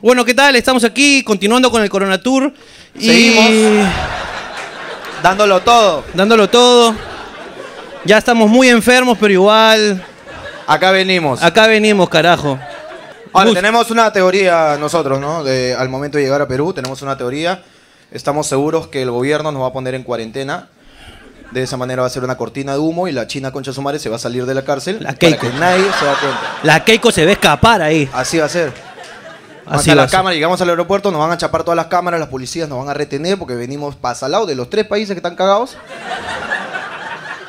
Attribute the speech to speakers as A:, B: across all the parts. A: Bueno, ¿qué tal? Estamos aquí continuando con el Corona Tour. y-
B: Seguimos. Dándolo todo.
A: Dándolo todo. Ya estamos muy enfermos, pero igual.
B: Acá venimos.
A: Acá venimos, carajo.
B: Ahora,
A: Gus,
B: tenemos una teoría nosotros, ¿no? De, al momento de llegar a Perú, tenemos una teoría. Estamos seguros que el gobierno nos va a poner en cuarentena. De esa manera va a ser una cortina de humo y la China Concha Sumare se va a salir de la cárcel
A: La
B: para
A: Keiko.
B: que nadie se da cuenta.
A: La Keiko se ve escapar ahí.
B: Así va a ser.
A: Así
B: Así
A: va
B: la
A: a ser.
B: cámara, llegamos al aeropuerto, nos van a chapar todas las cámaras, las policías nos van a retener porque venimos pasalao de los tres países que están cagados.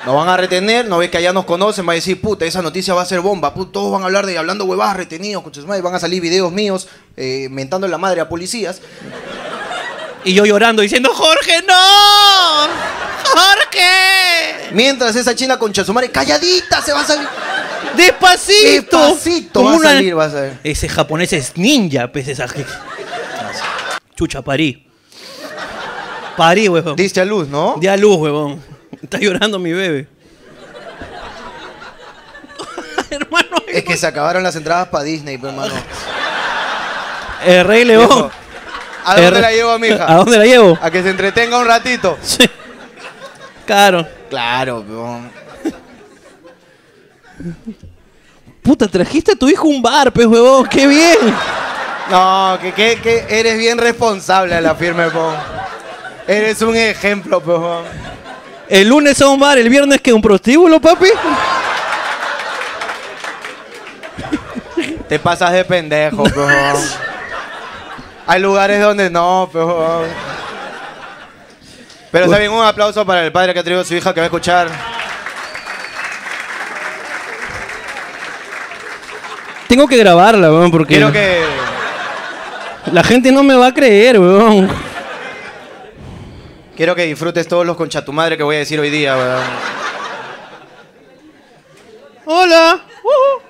B: Nos van a retener, no ves que allá nos conocen, va a decir, puta, esa noticia va a ser bomba, puta, todos van a hablar de hablando huevadas retenidos, concha su madre, van a salir videos míos eh, mentando la madre a policías.
A: Y yo llorando diciendo, Jorge, no. Jorge.
B: Mientras esa china concha su madre, calladita, se va a salir.
A: Despacito.
B: Despacito
A: Como
B: va a salir, va a salir.
A: Ese japonés es ninja, pues esa... Chucha, parí. Parí, huevón.
B: Diste a luz, ¿no?
A: Di a luz, huevón. Está llorando mi bebé. Hermano, eh,
B: Es que se acabaron las entradas para Disney, pero hermano.
A: el Rey León.
B: Viejo, ¿A dónde
A: El-
B: la llevo,
A: ¿A
B: mija? Ah.
A: dónde la llevo?
B: A que se entretenga un ratito.
A: Sí. Claro.
B: Claro, pero...
A: Puta, trajiste a tu hijo a un bar, pues, huevón. Qué bien.
B: No, que, que, que eres bien responsable a la firme, po. Eres un ejemplo, po.
A: El lunes a un bar, el viernes que un prostíbulo, papi.
B: Te pasas de pendejo, po. Hay lugares donde no, po. Pero está bien, un aplauso para el padre que ha traído a su hija que va a escuchar.
A: Tengo que grabarla, huevón, porque
B: Quiero que.
A: la gente no me va a creer, huevón.
B: Quiero que disfrutes todos los concha tu madre que voy a decir hoy día, weón.
A: Hola. Uh,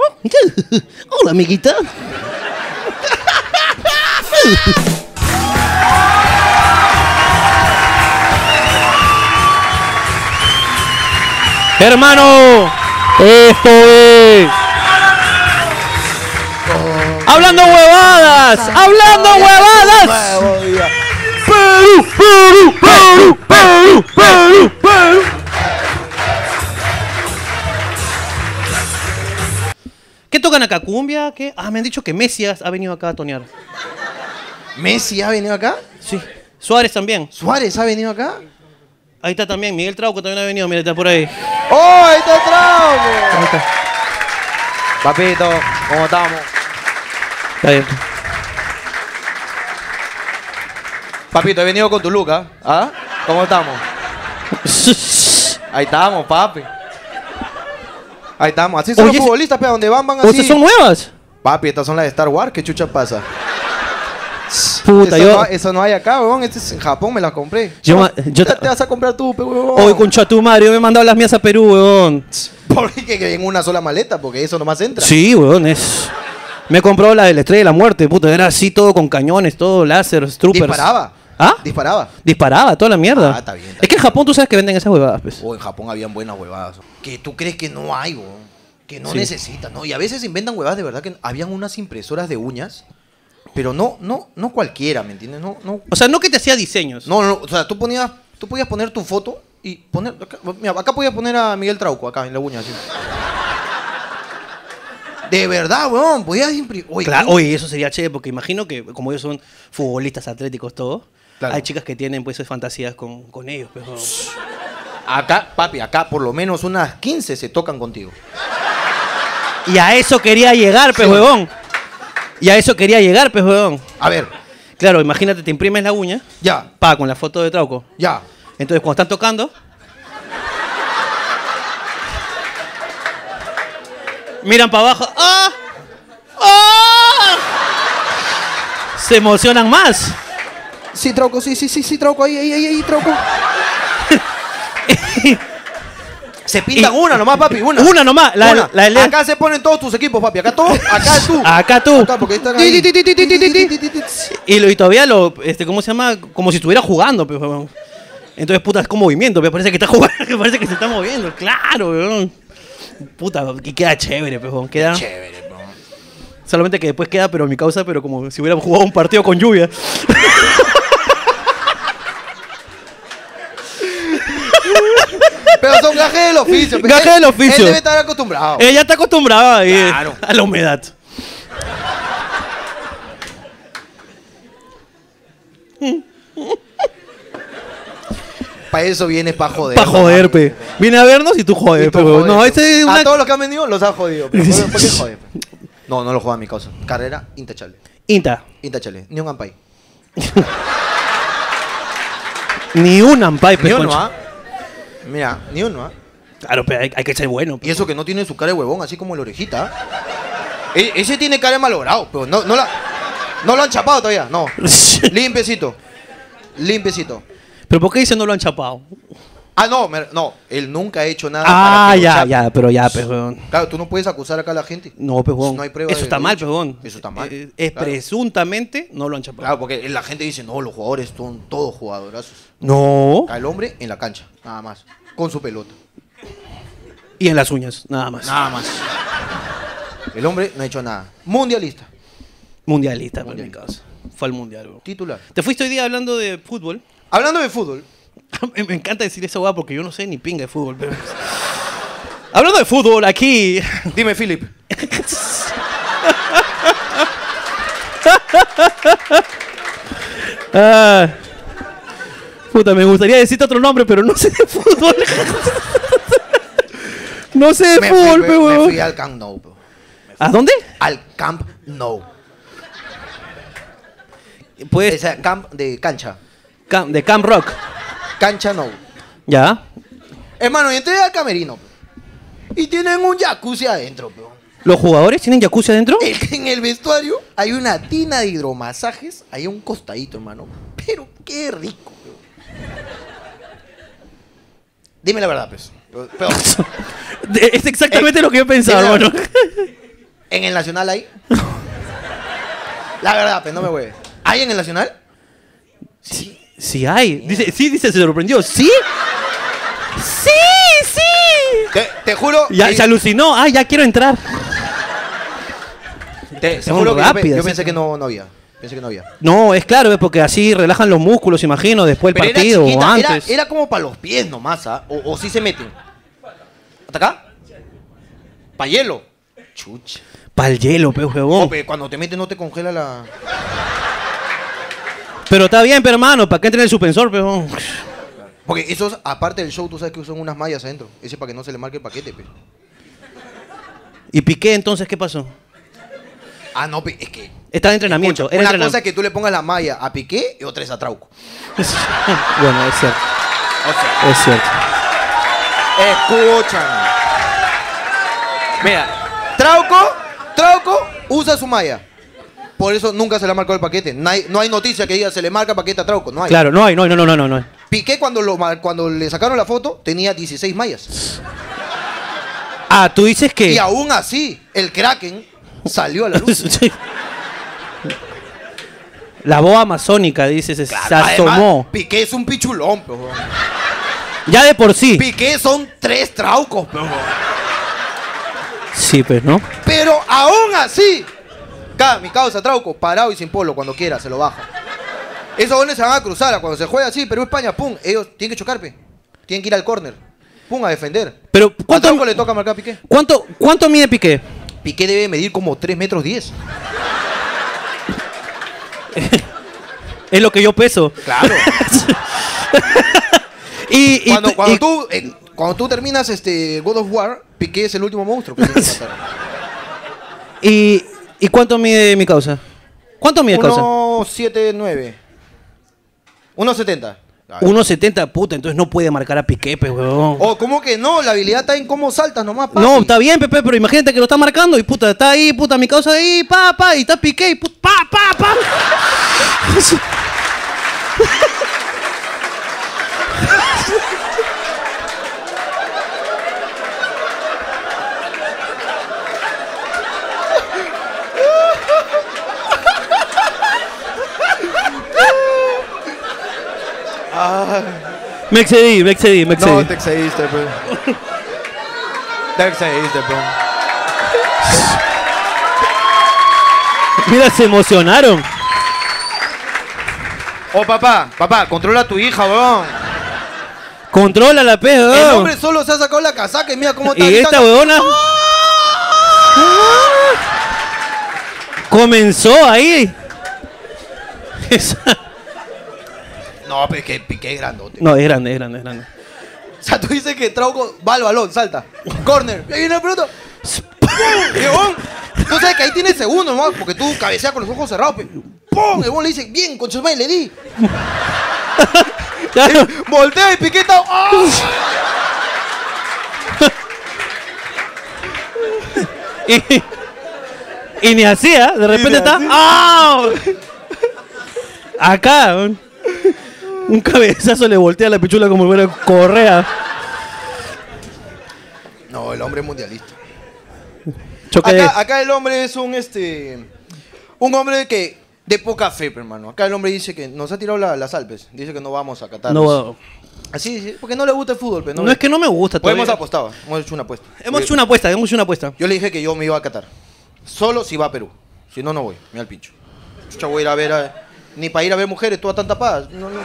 A: uh. ¿Qué? Hola, amiguita. Hermano, esto es. Hablando huevadas, hablando huevadas.
B: Nuevo día.
A: Perú, Perú, Perú, Perú, Perú, Perú. ¿Qué tocan acá? ¿Cumbia? ¿Qué? Ah, me han dicho que Messias ha venido acá a tonear.
B: ¿Messi ha venido acá?
A: Sí. Suárez también.
B: ¿Suárez ha venido acá?
A: Ahí está también. Miguel Trauco también ha venido. Mira, está por ahí.
B: ¡Oh, ahí está Trump! Papito, ¿cómo estamos?
A: Está bien.
B: Papito, he venido con tu Luca. ¿Ah? ¿Cómo estamos? Ahí estamos, papi. Ahí estamos. Así son
A: Oye,
B: los futbolistas, pe, a donde van, van
A: ¿O
B: así.
A: sea, son nuevas?
B: Papi, estas son las de Star Wars. ¿Qué chucha pasa?
A: Puta,
B: eso,
A: yo.
B: no, eso no hay acá, weón. Este es en Japón, me las compré.
A: Yo
B: Chama,
A: ma- yo
B: te,
A: ta-
B: te vas a comprar tú, pe, weón.
A: Hoy con Chatumario me he mandado las mías a Perú, weón.
B: Porque que- que en una sola maleta, porque eso nomás entra.
A: Sí, weón, es. Me compró la de la estrella de la muerte, puta. Era así todo con cañones, todo láser, troopers.
B: Disparaba.
A: ¿Ah?
B: Disparaba.
A: Disparaba, toda la mierda.
B: Ah, está bien, está
A: es que en Japón tú sabes que venden esas huevadas, pues.
B: O en Japón habían buenas huevadas. Que tú crees que no hay, weón. Que no
A: Sí.
B: necesitas, ¿no? Y a veces inventan huevadas de verdad que habían unas impresoras de uñas, pero no, no, no cualquiera, ¿me entiendes? No, no,
A: O sea, no que te hacía diseños.
B: no, no, o sea, tú ponías, tú podías poner tu foto y poner, acá, mira, acá podías poner a Miguel Trauco, acá en la uña, así. De verdad, weón, podías imprimir. Oye,
A: Claro,
B: ¿qué?
A: oye, eso sería chévere, porque imagino que como ellos son futbolistas atléticos todos,
B: Claro.
A: hay chicas que tienen pues esas fantasías con, con ellos, pues, weón.
B: Acá, papi, acá por lo menos unas 15 se tocan contigo.
A: Y a eso quería llegar, pues,
B: Sí.
A: huevón. Y a eso quería llegar, pues, huevón.
B: A ver,
A: Claro, imagínate, te imprimes la uña,
B: ya,
A: pa, con la foto de Trauco.
B: ya.
A: Entonces, cuando están tocando. Miran para abajo. ¡Ah! ¡Ah! Se emocionan más.
B: Sí, Trauco, sí, sí, sí, sí, Trauco, ahí, ahí, ahí, ahí, Trauco. se pintan
A: Y-
B: una nomás, papi, una.
A: Una nomás, la-
B: Una.
A: la- la-
B: acá se ponen todos tus equipos, papi. Acá tú, acá tú.
A: Acá tú.
B: Acá, porque están ahí.
A: Ti, ti, ti, ti, ti, ti, ti, ti. Y, lo- y todavía lo, este, ¿cómo se llama? Como si estuviera jugando, pe, huevón. Entonces, puta, es con movimiento, me parece que está jugando, que parece que se está moviendo, claro, weón. Puta, que queda chévere, pe, huevón, queda
B: Chévere, bro.
A: Solamente que después queda, pero mi causa, pero como si hubiera jugado un partido con lluvia.
B: Pero son gajes del oficio. Eh. pe.
A: Gajes
B: Él-
A: del oficio.
B: Él debe estar acostumbrado.
A: Ella está acostumbrada eh,
B: Claro.
A: a la humedad.
B: Para eso vienes, para joder. Eh,
A: Para joder, pe. Viene a vernos y tú jodes,
B: Y tú
A: pe, huevón. No,
B: jodes.
A: ese es
B: A
A: una
B: todos los que han venido los ha jodido. pe. ¿Por por qué jode, pe? No, no lo juega a mi causa. Carrera intachable.
A: Inta.
B: Intachable. Ni un ampay.
A: Ni un ampay, pe,
B: Ni uno,
A: concha.
B: ¿ah? Mira, ni uno, ¿ah?
A: Claro, pero hay, hay que ser bueno. pe.
B: Y eso que no tiene su cara de huevón, así como la orejita. ¿ah? E- ese tiene cara de malogrado, pero no, no, la, no lo han chapado todavía, no. Limpiecito. Limpiecito.
A: pero ¿por qué dice no lo han chapado?
B: Ah, no, me- no, él nunca ha hecho nada.
A: Ah,
B: para que lo
A: ya,
B: chapen.
A: ya, pero ya, pe, huevón.
B: Claro, tú no puedes acusar acá a la gente.
A: No, pe, huevón.
B: No hay prueba
A: Eso
B: de
A: está
B: lo
A: mal,
B: dicho.
A: pe, huevón.
B: Eso está mal,
A: Eh, es
B: claro.
A: presuntamente no lo han chapado.
B: Claro, porque la gente dice, no, los jugadores son todos jugadorazos.
A: No.
B: Al hombre en la cancha, nada más. Con su pelota,
A: Y en las uñas, nada más.
B: nada más. El hombre no ha hecho nada. Mundialista,
A: Mundialista, por mi causa. Fue al mundial, huevón.
B: titular.
A: Te fuiste hoy día hablando de fútbol.
B: Hablando de fútbol,
A: Me- Me encanta decir esa hueá porque yo no sé ni pinga de fútbol, pero... Hablando de fútbol, aquí...
B: dime, Philip.
A: Ah. puta, me gustaría decirte otro nombre, pero no sé de fútbol. no sé de
B: Me fui,
A: fútbol,
B: pe,
A: pe,
B: me
A: huevón.
B: fui al Camp Nou, pe.
A: ¿A dónde?
B: Al Camp Nou.
A: Pues,
B: Esa camp de cancha.
A: Cam- de Camp Rock.
B: Cancha Nou.
A: Ya.
B: Hermano, yo entré al camerino, pe. Y tienen un jacuzzi adentro, pe.
A: ¿Los jugadores tienen jacuzzi adentro?
B: El- En el vestuario hay una tina de hidromasajes, hay un costadito, hermano. Pero qué rico. weón. Dime la verdad, pues. Pero,
A: De- Es exactamente lo que yo pensaba,
B: Eh, mira.
A: hermano.
B: ¿En el Nacional hay? La verdad, pues, no me hueves. ¿Hay en el Nacional?
A: Sí, sí hay. Dice, sí, dice, se sorprendió. ¿Sí? ¡Sí, sí!
B: Te, te juro.
A: Ya,
B: que-
A: se alucinó. Ah, ya quiero entrar.
B: te, te
A: Son
B: juro que yo pe-
A: rápidas,
B: yo,
A: sí.
B: pensé que no, no había. Pensé que no había.
A: No, es claro, es porque así relajan los músculos, imagino, después del
B: Pero
A: partido
B: era chiquita,
A: o
B: era-
A: antes.
B: Era, como para los pies nomás, ¿ah? O, o sí se meten. ¿Hasta acá? ¿Para hielo? Chucha.
A: Pa'l hielo, pe, huevón.
B: No, Oh, pe, cuando te metes no te congela la.
A: Pero está bien, pe, hermano, ¿para qué entrar en el suspensor, pe, huevón?
B: Porque esos, aparte del show, tú sabes que usan unas mallas adentro. Ese para que no se le marque el paquete, pe.
A: ¿Y Piqué entonces qué pasó?
B: Ah, no, pe, es que.
A: Estaba en entrenamiento.
B: una
A: era
B: cosa
A: entrenamiento.
B: es que tú le pongas la malla a Piqué y otra es a Trauco.
A: bueno, es cierto,
B: O sea,
A: es cierto.
B: escúchame. Mira, Trauco, Trauco usa su malla. Por eso nunca se le ha marcado el paquete. No hay, no hay noticia que diga se le marca el paquete a Trauco. No hay.
A: Claro, no hay, no hay, no, no, no, no, no. hay.
B: Piqué cuando, lo, mar- cuando le sacaron la foto tenía 16 mallas.
A: Ah, tú dices que.
B: Y aún así, el Kraken salió a la luz.
A: Sí. La boa amazónica, dice, se, se
B: Además,
A: asomó.
B: Piqué es un pichulón, pe, weón.
A: Ya de por sí.
B: Piqué son tres traucos, pe, weón.
A: Sí, pues, ¿no?
B: pero aún así, ca, mi causa trauco, parado y sin polo, cuando quiera, se lo baja. Esos goles se van a cruzar, cuando se juega así, Perú-España, pum, ellos tienen que chocar, pe. tienen que ir al córner, pum, a defender.
A: Pero,
B: ¿A
A: ¿cuánto,
B: Trauco le toca marcar a Piqué?
A: cuánto, cuánto mide Piqué?
B: Piqué debe medir como 3 metros 10.
A: Es lo que yo peso.
B: Claro.
A: Y, y
B: cuando,
A: tú-
B: cuando
A: y-
B: tú, eh, cuando tú terminas este God of War, Piqué es el último monstruo. Que tienes que matar.
A: y- y cuánto mide mi causa? ¿Cuánto mide causa?
B: 1.79. 1.70. A ver.
A: 1.70, puta, entonces no puede marcar a Piqué, pues, huevón.
B: O Oh, ¿cómo que no? La habilidad está en cómo saltas nomás, papi.
A: No, está bien, Pepe, pero imagínate que lo está marcando y puta, está ahí, puta, mi causa ahí, pa, pa, y está Piqué y puta, pa, pa, pa. Me excedí, me excedí, me excedí.
B: No, te excediste, pues. te excediste, pues.
A: Mira, se emocionaron.
B: Oh, papá, papá, controla a tu hija, weón.
A: Controla la pez,
B: El
A: weón.
B: hombre solo se ha sacado la casaca y mira cómo está.
A: Y esta
B: gritando.
A: huevona.
B: ¡Oh!
A: Comenzó ahí. Esa-
B: No, pero es que Piqué es grandote.
A: No, es grande, es grande, es grande.
B: O sea, tú dices que Trauco va al balón, salta. Corner. Y ahí viene el pelota. ¡Huevón! Tú sabes que ahí tiene segundo, nomás, porque tú cabeceas con los ojos cerrados. pe. ¡Pum! El huevón le dice, bien, con su madre, le di.
A: Claro.
B: Voltea y ¡Ah! piqueta.
A: Y, y ni así, ¿ah? De repente está.
B: así.
A: ¡Ah! Acá. Un, un cabezazo le voltea la pichula como fuera correa.
B: No, el hombre es mundialista.
A: Choque de-
B: Acá, acá el hombre es un este. Un hombre que. De poca fe, pe, hermano. Acá el hombre dice que nos ha tirado la- las alpes. Dice que no vamos a Qatar. Pues,
A: No,
B: Así, sí, porque no le gusta el fútbol, pero
A: no es que no me gusta.
B: Pues hemos
A: todavía.
B: apostado, hemos hecho una apuesta.
A: Hemos hecho una apuesta, hemos hecho una apuesta.
B: Yo le dije que yo me iba a Qatar. Solo si va a Perú. Si no, no voy. Mira el pincho. Chucha, voy a ir a ver a- Ni para ir a ver mujeres, todas tan tapadas. No, no, no.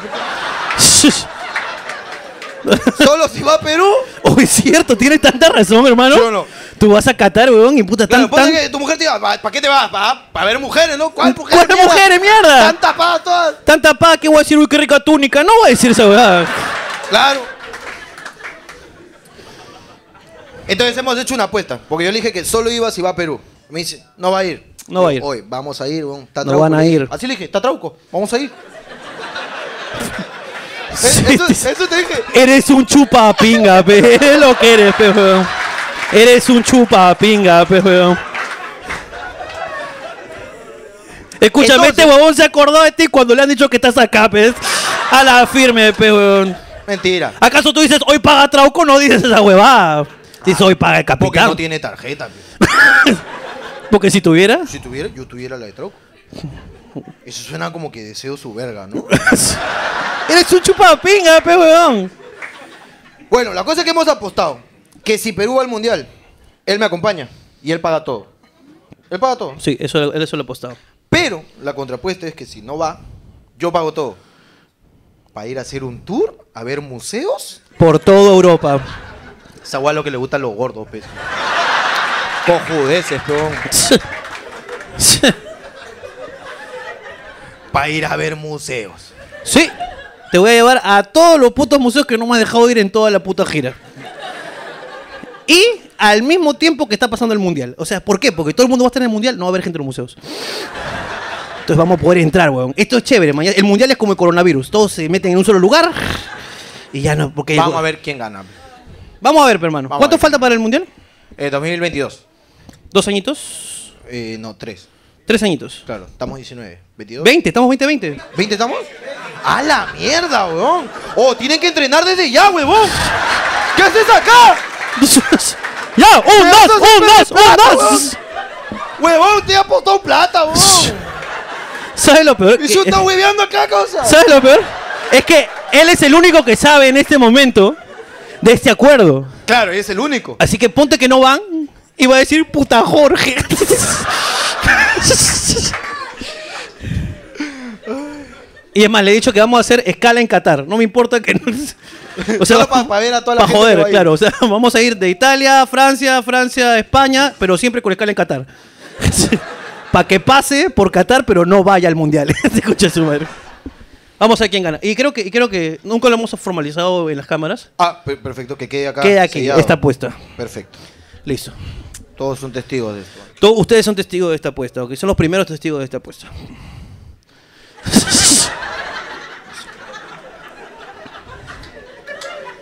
B: Solo si va a Perú.
A: Oh, es cierto, tienes tanta razón, hermano.
B: ¿Sí o no?
A: Tú vas a Qatar, weón, y puta,
B: Claro, pues,
A: tan,
B: ponte
A: tan-
B: que tu mujer te diga, ¿para qué te vas? ¿Para, para ver mujeres, no? ¿Cuál mujer?
A: ¿Cuál mujeres, mierda?
B: Tan tapadas todas.
A: tan tapada que voy a decir, uy, qué rica túnica. No voy a decir esa weá.
B: Claro. Entonces hemos hecho una apuesta, porque yo le dije que solo iba si va a Perú. Me dice, no va a ir.
A: No va a ir.
B: Hoy, vamos a ir, weón. Está
A: No
B: Trauco".
A: van a
B: Le dije,
A: ir.
B: Así le dije, está trauco, vamos a ir. Eh,
A: Sí,
B: eso,
A: sí.
B: eso te dije.
A: Eres un chupapinga, pe. Es lo que eres, pe, weón. Eres un chupapinga, pe, weón. Escúchame,
B: Entonces-
A: este huevón se acordó de ti cuando le han dicho que estás acá, pe. A la firme, pe, weón.
B: Mentira.
A: ¿Acaso tú dices, hoy paga Trauco? No dices esa huevada. Dices, hoy paga el
B: Porque
A: capitán.
B: no tiene tarjeta. pe.
A: Porque si tuviera...
B: Si tuviera, yo tuviera la de trauco. Eso suena como que deseo su verga, ¿no?
A: Eres un chupapinga, pe, weón.
B: Bueno, la cosa es que hemos apostado, que si Perú va al Mundial, él me acompaña y él paga todo. Él paga todo.
A: Sí, eso, eso lo he apostado.
B: Pero la contrapuesta es que si no va, yo pago todo. Para ir a hacer un tour, a ver museos.
A: Por toda Europa.
B: Esa guay lo que le gusta a los gordos, pues. Cojudeces, peón. Para ir a ver museos.
A: sí, te voy a llevar a todos los putos museos que no me has dejado ir en toda la puta gira. Y al mismo tiempo que está pasando el mundial. O sea, ¿por qué? Porque todo el mundo va a estar en el mundial, no va a haber gente en los museos. Entonces vamos a poder entrar, weón. Esto es chévere. mañana- el mundial es como el coronavirus. Todos se meten en un solo lugar y ya no. Porque
B: Vamos a ver quién gana.
A: Vamos a ver, pe, hermano.
B: Vamos a
A: ¿Cuánto
B: ver.
A: falta para el mundial?
B: Eh, 2022.
A: ¿Dos añitos?
B: Eh, no, 3.
A: ¿Tres añitos?
B: Claro, estamos 19. ¿22?
A: ¿20? ¿Estamos 20-20?
B: ¿20 estamos? ¡A la mierda, weón! ¡Oh, tienen que entrenar desde ya, weón! ¿Qué haces acá?
A: ¡Ya! ¡Un, dos! ¡Un, dos! ¡Un, dos!
B: ¡Huevón, te he apostado plata, weón!
A: ¿Sabes lo peor?
B: ¡Y
A: Que-
B: yo está hueveando acá, cosa!
A: ¿Sabes lo peor? Es que él es el único que sabe en este momento de este acuerdo.
B: Claro, es el único.
A: Así que ponte que no van y va a decir puta Jorge. Y es más, le he dicho que vamos a hacer escala en Qatar. No me importa que no. O
B: Solo pa- pa ver a toda la
A: pa'
B: gente que
A: joder,
B: va a ir.
A: claro. O sea, vamos a ir de Italia, Francia, Francia, España, pero siempre con escala en Qatar. Para que pase por Qatar, pero no vaya al mundial. Escucha su madre. Vamos a ver quién gana. Y creo que, y creo que nunca lo hemos formalizado en las cámaras.
B: Ah, per- perfecto, que quede acá.
A: Queda aquí,
B: sellado.
A: esta puesta.
B: Perfecto.
A: Listo.
B: Todos son testigos de esto.
A: To- ustedes son testigos de esta apuesta, ¿ok? Son los primeros testigos de esta apuesta.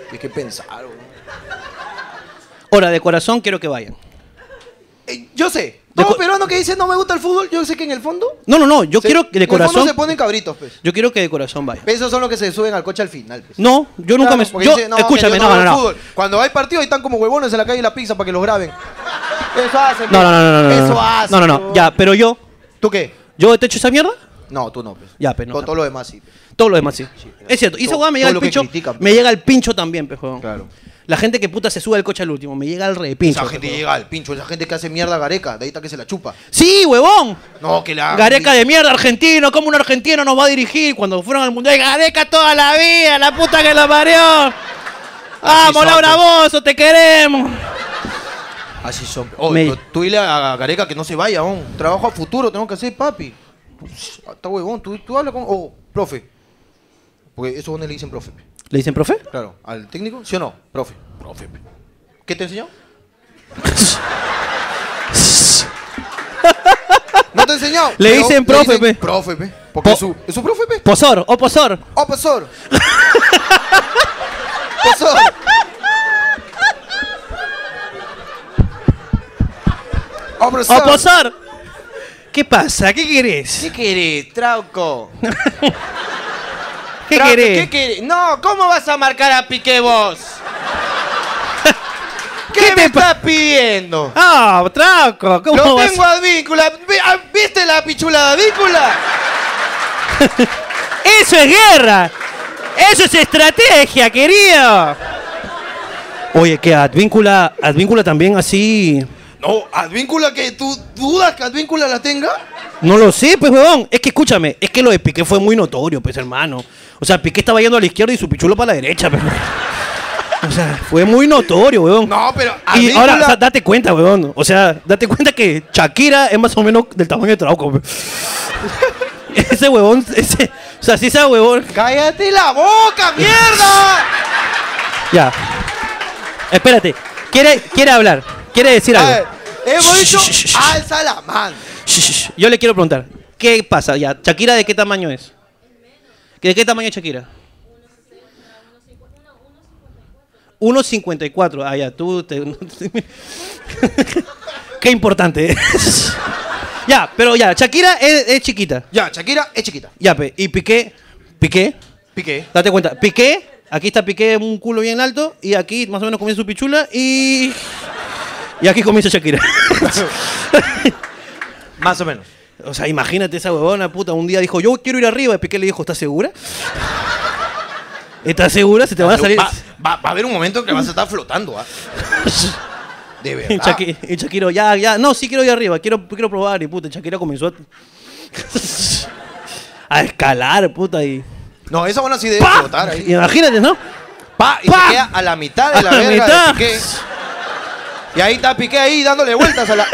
B: Tienes que pensar, weón.
A: Ahora, de corazón quiero que vayan.
B: Eh, yo sé.
A: De
B: Todo
A: co-
B: peruano que dice no me gusta el fútbol, yo sé que en el fondo.
A: No, no, no, yo
B: se-
A: quiero que
B: en
A: de
B: el fondo
A: corazón.
B: se ponen cabritos, pues.
A: Yo quiero que de corazón vayan.
B: Esos son los que se suben al coche al final, pues.
A: No, yo nunca me.
B: Claro, porque
A: yo-
B: dicen, que
A: escúchame,
B: yo
A: no, no,
B: veo
A: no.
B: fútbol". Cuando hay partido, ahí están como huevones en la calle y la pizza para que los graben. Eso hace.
A: No, no, no, no, no, no,
B: Eso
A: no.
B: hace.
A: No, no, no,
B: weón.
A: Ya, pero yo.
B: ¿Tú qué?
A: ¿Yo te echo esa mierda?
B: No, tú no, pues.
A: Ya, pero no.
B: Todo, todo lo demás sí. pues.
A: Todo lo demás sí. es cierto. Y esa
B: todo-
A: hueá me llega
B: todo
A: al
B: lo que
A: pincho.
B: critican.
A: Me llega al pincho también, pejón.
B: Claro.
A: La gente que puta se sube al coche al último, me llega al repincho.
B: Esa gente llega al pincho, esa gente que hace mierda a Gareca, de ahí está que se la chupa.
A: Sí, huevón.
B: No, que la.
A: Gareca de mierda, argentino, ¿cómo un argentino nos va a dirigir cuando fueron al mundial? Gareca toda la vida, la puta que lo parió. Vamos,
B: son,
A: Laura
B: pues.
A: Bozo, te queremos.
B: Así son. Oh,
A: Me-
B: pero tú dile a Gareca que no se vaya, un trabajo a futuro tengo que hacer, papi. Ush, Está huevón, tú, tú hablas con. Oh, profe. Porque eso le dicen profe. pe.
A: ¿Le dicen, profe?
B: Claro, al técnico, ¿sí o no? Profe. Profe. pe. ¿Qué te enseñó? ¿No te enseñó?
A: Le
B: Pero
A: dicen profe, pe.
B: Profe, pe. Porque
A: Po-
B: es su, es su profe, pe.
A: Posor, o posor.
B: ¡Oh, profesor! ¡Profesor! ¡Oh,
A: ¡O
B: profesor!
A: posor! ¿Qué pasa? ¿Qué querés?
B: ¿Qué querés, trauco?
A: ¿Qué
B: Trauco,
A: querés?
B: querés? No, ¿cómo vas a marcar a Piqué vos? ¿Qué,
A: ¿Qué
B: me
A: te pa-
B: estás pidiendo?
A: ¡Ah, traco! ¿Cómo
B: Lo
A: vas?
B: tengo a víncula. Vi- ah, ¿Viste la pichula de víncula?
A: ¡Eso es guerra! ¡Eso es estrategia, querido! Oye, que Advíncula, Advíncula también así...
B: No, ¿advíncula que tú dudas que advíncula la tenga?
A: No lo sé, pues, huevón. Es que escúchame, es que lo de Piqué fue muy notorio, pues, hermano. O sea, Piqué estaba yendo a la izquierda y su pichulo para la derecha, pero... O sea, fue muy notorio, huevón.
B: No, pero
A: Y
B: advíncula...
A: ahora, o sea, date cuenta, weón. O sea, date cuenta que Shakira es más o menos del tamaño de Trauco. weón. ese huevón, ese, o sea, si ese huevón,
B: ¡Cállate la boca, mierda!
A: ya. Espérate, quiere, quiere hablar, quiere decir
B: A
A: algo.
B: ver, hemos
A: Shh,
B: dicho,
A: shh, shh, shh.
B: alza la mano.
A: Shh, shh, shh. Yo le quiero preguntar, ¿qué pasa? Ya, Shakira, ¿de qué tamaño es? ¿De qué tamaño es Shakira? 1.54, ah ya, tú te... Qué importante es. ya, pero ya, Shakira es, es chiquita.
B: Ya, Shakira es chiquita.
A: Ya, pe, y Piqué, Piqué,
B: Piqué.
A: date cuenta, Piqué, aquí está Piqué, un culo bien alto, y aquí más o menos comienza su pichula, y... Y aquí comienza Shakira.
B: Más o menos.
A: O sea, imagínate esa huevona, puta. Un día dijo, yo quiero ir arriba. Y Piqué le dijo, ¿estás segura? ¿Estás segura? Se te van a salir.
B: Va, va- va a haber un momento que vas a estar flotando, ¿ah? De verdad.
A: Y Shaki- y Shakira, ya, ya. No, sí quiero ir arriba. Quiero, quiero probar. Y puta, Shakira comenzó a... a escalar, puta. Y...
B: No, esa buena sí debe
A: ¡Pah!
B: flotar ahí.
A: Imagínate, ¿no?
B: Pa, y
A: ¡Pah!
B: se queda a la mitad de la
A: A la
B: verga
A: mitad.
B: de Piqué. Y ahí está Piqué ahí dándole vueltas a la.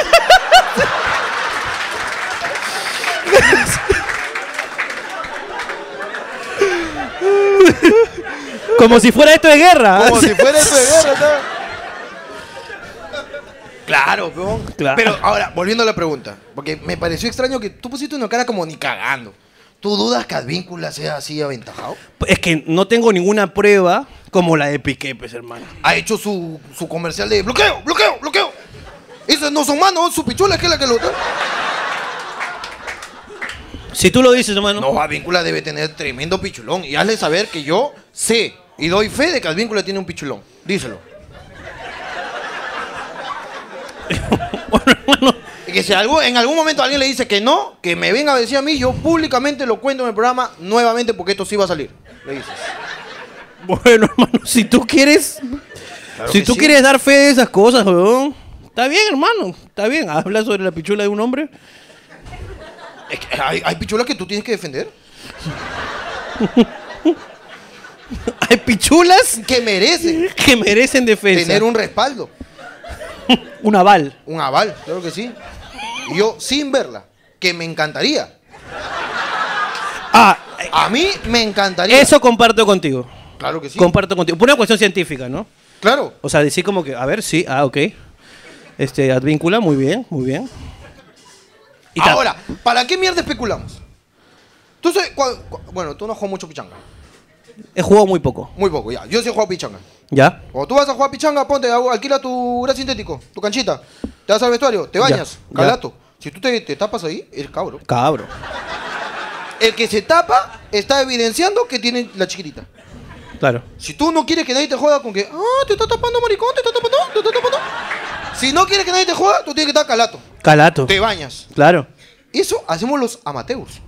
A: Como si fuera esto de guerra.
B: Como si fuera eso de guerra, ¿sabes? Claro, peón.
A: Claro.
B: Pero ahora, volviendo a la pregunta, porque me pareció extraño que tú pusiste una cara como ni cagando. ¿Tú dudas que Advíncula sea así aventajado?
A: Es que no tengo ninguna prueba como la de Piqué, pues, hermano.
B: Ha hecho su, su comercial de bloqueo, bloqueo, bloqueo. Esas no son manos, su pichula que es la que lo.
A: Si tú lo dices, hermano.
B: No, Advíncula debe tener tremendo pichulón. Y hazle saber que yo sé y doy fe de que Advíncula tiene un pichulón. Díselo. Y que si algo, en algún momento alguien le dice que no, que me venga a decir a mí, yo públicamente lo cuento en el programa nuevamente porque esto sí va a salir. Le dices.
A: Bueno, hermano, si tú quieres.
B: Claro
A: si
B: que
A: tú
B: sí.
A: quieres dar fe de esas cosas, weón. Está bien, hermano. Está bien. Habla sobre la pichula de un hombre.
B: Es que hay, hay pichulas que tú tienes que defender.
A: Hay pichulas
B: Que merecen
A: que merecen defensa.
B: tener un respaldo,
A: Un aval.
B: un aval, claro que sí. Y yo sin verla, que me encantaría.
A: Ah,
B: A mí me encantaría.
A: eso comparto contigo.
B: Claro que sí.
A: Comparto contigo. Por una cuestión científica, ¿no?
B: Claro.
A: O sea, decir como que, a ver, sí, ah, ok. Este, advíncula, muy bien, muy bien. Y ta-
B: Ahora, ¿para qué mierda especulamos? Tú sabes, cua- cua- bueno, tú no juegas mucho pichanga.
A: He jugado muy poco.
B: Muy poco, ya. Yo sí juego pichanga.
A: ¿Ya?
B: Cuando tú vas a jugar pichanga, ponte, au- alquila tu gran sintético, tu canchita. Te vas al vestuario, te
A: Ya,
B: bañas,
A: ya.
B: calato. Si tú te, te tapas ahí, el cabro.
A: Cabro.
B: El que se tapa está evidenciando que tiene la chiquitita.
A: Claro.
B: Si tú no quieres que nadie te joda con que, ah, te está tapando maricón, te está tapando, te está tapando. Si no quieres que nadie te joda, tú tienes que estar calato.
A: Calato.
B: Te bañas.
A: Claro.
B: Eso hacemos los amateurs.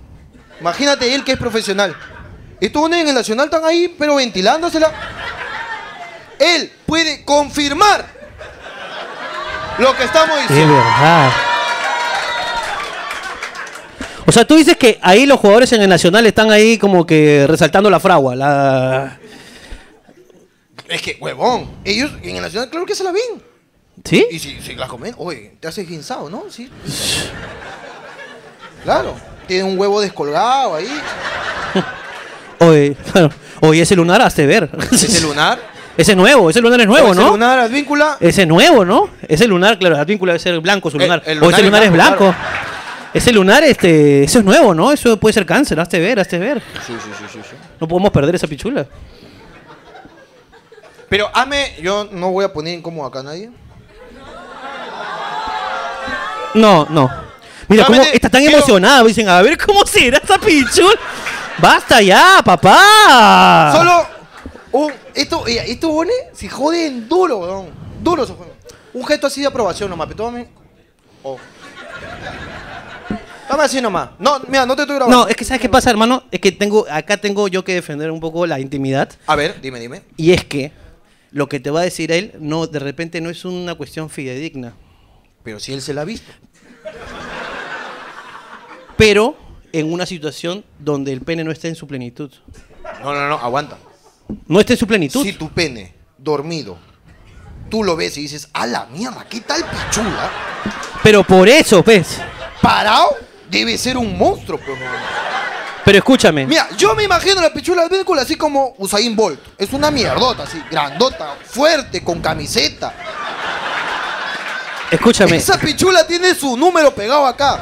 B: Imagínate él que es profesional. Estos buenos en el Nacional están ahí, pero ventilándosela. Él puede confirmar lo que estamos
A: Es
B: diciendo.
A: verdad. O sea, tú dices que ahí los jugadores en el Nacional están ahí como que resaltando la fragua. La...
B: Es que, huevón, ellos en el Nacional claro que se la ven.
A: ¿Sí?
B: Y si, si las comen, oye, te haces guinzado, ¿no? Sí. Claro. Tiene un huevo descolgado ahí.
A: Oye, oye, ese lunar hazte ver.
B: Ese lunar.
A: Ese nuevo, ese lunar es nuevo,
B: Ese
A: ¿no?
B: lunar, advíncula.
A: Ese nuevo, ¿no? Ese lunar, claro, la víncula debe ser blanco su
B: El-
A: lunar.
B: Eh, el
A: o ese lunar
B: lunar es
A: es
B: blanco,
A: blanco. Ese lunar, este, eso es nuevo, ¿no? Eso puede ser cáncer, hazte ver, hazte ver.
B: Sí, sí, sí, sí, sí.
A: No podemos perder esa pichula.
B: Pero ame, yo no voy a poner incómodo acá a nadie.
A: No, no. Mira, cómo
B: Solamente
A: está tan
B: quiero-
A: emocionada. Dicen, a ver cómo será esa pichula. ¡Basta ya, papá!
B: Solo un. Esto, mira, estos bones se joden duro, weón. Duro se joden. Un gesto así de aprobación nomás, pero tome. Oh. Dame así nomás. No, mira, no te estoy grabando.
A: No, es que ¿sabes qué pasa, hermano? Es que tengo, acá tengo yo que defender un poco la intimidad.
B: A ver, dime, dime.
A: Y es que lo que te va a decir él, no, de repente no es una cuestión fidedigna.
B: Pero si él se la ha visto.
A: Pero en una situación donde el pene no esté en su plenitud.
B: No, no, no, aguanta.
A: No esté en su plenitud.
B: Si tu pene, dormido, tú lo ves y dices, a la mierda, ¿qué tal pichula?
A: Pero por eso, pues. ¿ves?
B: Parado, debe ser un monstruo, pues, weón.
A: Pero escúchame.
B: Mira, yo me imagino la pichula del vehículo así como Usain Bolt. Es una mierdota, así, grandota, fuerte, con camiseta.
A: Escúchame.
B: Esa pichula tiene su número pegado acá.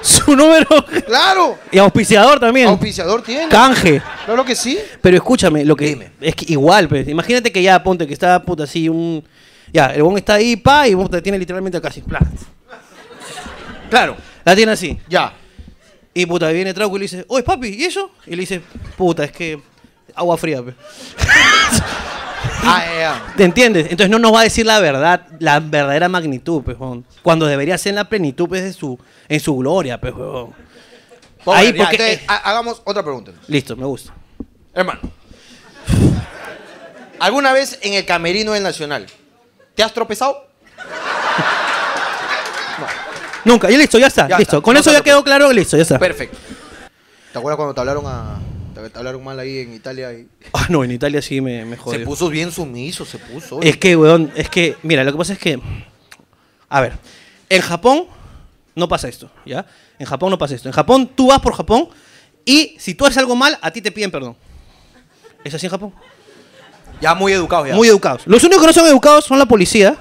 A: Su número.
B: Claro.
A: Y auspiciador también.
B: Auspiciador tiene.
A: Canje.
B: Claro que sí.
A: Pero escúchame, lo que
B: Dime.
A: es que igual, pues, imagínate que ya ponte que está puta así un ya, el bon está ahí, pa, y vos te tiene literalmente acá así, pla.
B: Claro.
A: La tiene así.
B: Ya.
A: Y puta, viene Trauco y le dice, "Oye, papi, ¿y eso?" Y le dice, "Puta, es que agua fría, pe".
B: Ah, ya, ya.
A: ¿Te entiendes? Entonces no nos va a decir la verdad, la verdadera magnitud, pues, huevón. cuando debería ser en la plenitud pues, de su en su gloria, pues, huevón.
B: Vamos a
A: Ahí
B: ver, ya,
A: porque-
B: entonces, ha- hagamos otra pregunta.
A: Listo, me gusta.
B: Hermano. ¿Alguna vez en el camerino del Nacional te has tropezado?
A: Nunca, ya listo, ya está,
B: Ya
A: listo.
B: está.
A: Con
B: No
A: eso
B: te
A: ya quedó claro, listo, ya está.
B: Perfecto. ¿Te acuerdas cuando te hablaron a te te hablaron mal ahí en Italia? y-
A: Ah, no, en Italia sí me, me
B: Se
A: jodió.
B: puso bien sumiso, se puso.
A: Es que, weón, es que, mira, lo que pasa es que, a ver, en Japón no pasa esto, ¿ya? En Japón no pasa esto. En Japón tú vas por Japón y si tú haces algo mal, a ti te piden perdón. ¿Es así en Japón?
B: Ya muy educado ya.
A: Muy educados. Los únicos que no son educados son la policía,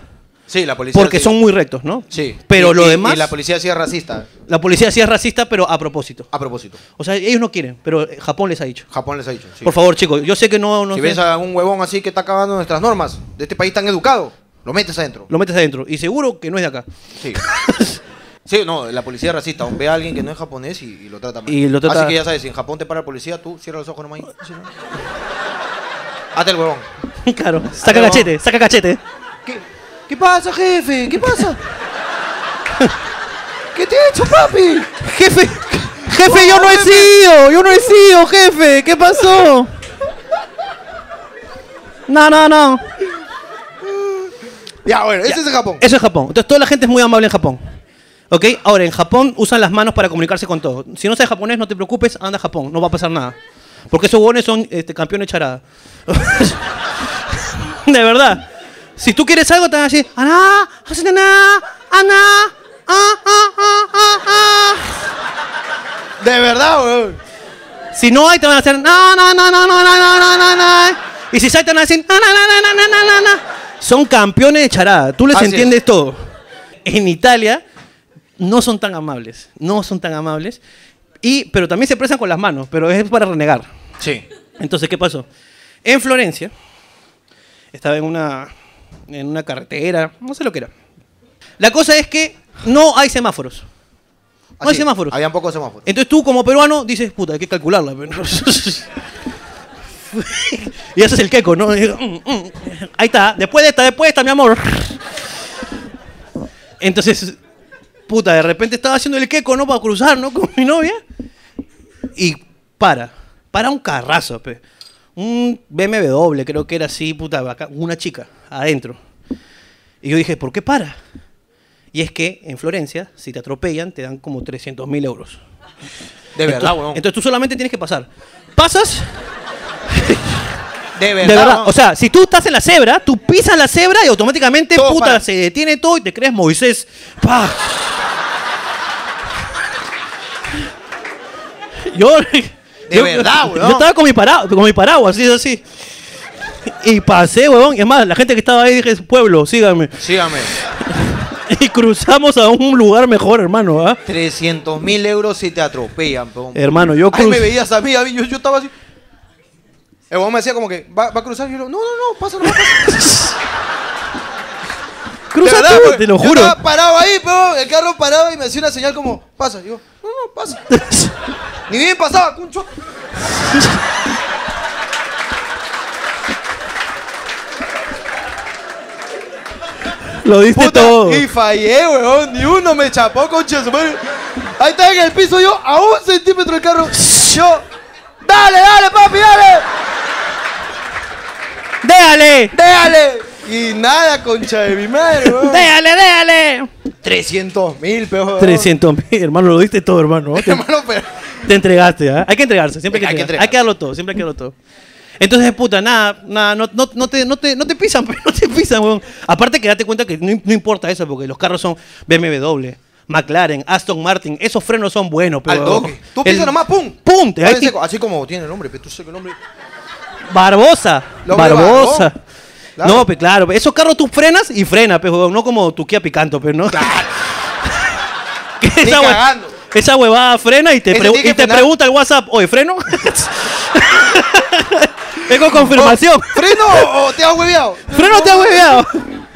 B: Sí, la policía.
A: porque
B: sí.
A: son muy rectos, ¿no?
B: Sí.
A: Pero
B: Y-
A: lo
B: y-
A: demás,
B: Y la policía sí es racista.
A: la policía sí es racista, pero a propósito.
B: A propósito.
A: O sea, ellos no quieren, pero eh, Japón les ha dicho.
B: Japón les ha dicho. sí.
A: Por favor, chicos, yo sé que no... no
B: si
A: sé-
B: ves a un huevón así que está acabando nuestras normas de este país tan educado, lo metes adentro.
A: Lo metes adentro. Y seguro que no es de acá.
B: Sí. Sí, no, la policía es racista. Ve a alguien que no es japonés y, y lo trata mal.
A: Y lo trata-
B: Así que ya sabes, si en Japón te para la policía, tú cierra los ojos nomás. y- así, ¿no? Hazte el huevón.
A: claro. Saca
B: Pero-
A: cachete, saca cachete.
B: ¿Qué, qué pasa, jefe? ¿Qué pasa? ¿Qué te he hecho, papi?
A: Jefe, jefe, yo no he sido, yo no he sido, jefe, ¿qué pasó? No, no, no.
B: Ya, bueno, ese es el Japón.
A: Eso es Japón. Entonces toda la gente es muy amable en Japón. ¿Ok? Ahora, en Japón usan las manos para comunicarse con todo. Si no sabes japonés, no te preocupes, anda a Japón, no va a pasar nada. Porque esos hueones son este, campeones charada. De verdad. Si tú quieres algo, te van a decir, "Ana, hasenana, ana, ah, ah, ah, ah, ah".
B: De verdad, weón.
A: Si no hay, te van a hacer no, no, no, no, no, no, no, no, no, no. Y si hay, te van a decir no, no, no, no, no, no, no, no. Son campeones de charada. Tú les
B: Así
A: entiendes todo. En Italia no son tan amables. No son tan amables. Y, pero también se presan con las manos, pero es para renegar.
B: Sí.
A: Entonces, ¿qué pasó? En Florencia, estaba en una, en una carretera, no sé lo que era. La cosa es que no hay semáforos. No hay
B: Así,
A: semáforos.
B: Habían pocos semáforos.
A: Entonces tú como peruano dices, puta, hay que calcularla. pero no". y haces el queco, ¿no? Y, mm, mm. Ahí está, después de esta, después de esta, mi amor. Entonces, puta, de repente estaba haciendo el queco, ¿no? Para cruzar, ¿no? Con mi novia. Y para. para un carrazo, pe. Un BMW, creo que era así, puta, vaca- una chica adentro. Y yo dije, ¿por qué para? Y es que en Florencia, si te atropellan, te dan como 300 mil euros.
B: De verdad,
A: Entonces-
B: weón.
A: Entonces tú solamente tienes que pasar. Pasas,
B: De verdad.
A: de verdad.
B: weón.
A: O sea, si tú estás en la cebra, tú pisas la cebra y automáticamente,
B: Todo
A: puta,
B: para.
A: se detiene todo y te crees Moisés. Pa. Yo.
B: De verdad,
A: yo,
B: weón.
A: yo estaba con mi, paragua, con mi paraguas, así, así. Y pasé, weón. Y es más, la gente que estaba ahí dije, pueblo, síganme.
B: Sígame.
A: Y cruzamos a un lugar mejor, hermano, ¿ah?
B: 300 mil euros si te atropellan, weón.
A: Hermano, yo
B: Ay,
A: cruz-
B: me veías a mí, a mí, yo, yo estaba así. El weón me decía como que, ¿va, va a cruzar? Y yo, no, no, no, pásalo, pásalo.
A: Cruza
B: De verdad,
A: tú,
B: porque
A: te lo
B: yo
A: juro.
B: Estaba parado ahí, pero el carro paraba y me hacía una señal como, pasa. Y yo, no, no, pasa. Ni bien pasaba, cuncho.
A: Lo diste
B: Puta,
A: todo.
B: y fallé, weón. Ni uno me chapó, concha de su madre. Ahí está en el piso yo, a un centímetro del carro. Yo, dale, dale, papi, dale,
A: ¡Déjale!
B: déjale. Y nada, concha de mi madre, weón.
A: ¡Déjale, déjale!
B: 300 mil, peor.
A: 300 mil, hermano, lo diste todo, hermano. Te,
B: Hermano, pero...
A: te entregaste, ¿ah? Hay que entregarse, siempre hay que,
B: Hay que
A: entregar- hay que darlo todo, siempre hay que darlo todo. Entonces, puta, nada, nada, no, no- no te, no, te, no te pisan, no te pisan, weón. Aparte que date cuenta que no, im- no importa eso, porque los carros son BMW, McLaren, Aston Martin, esos frenos son buenos, pero...
B: Al toque. Tú pisas
A: el-
B: nomás, pum.
A: ¡Pum! Te da
B: Parece
A: aquí-
B: co- así como tiene el nombre, pero tú sabes que el nombre...
A: Barbosa.
B: Lombre
A: Barbosa.
B: barbón. Claro.
A: No, pues claro. pe, Esos carros tú frenas y frena, pues, huevón, no como tu Kia Picanto, pero no. Que
B: Ni
A: hue-
B: cagando.
A: esa huevada frena y te,
B: Ese
A: pregu-
B: tiene que
A: y te
B: frenar.
A: pregunta el WhatsApp, oye, ¿freno? Tengo confirmación.
B: Oh, ¿Freno o te has hueveado?
A: ¿Freno te ha hueveado?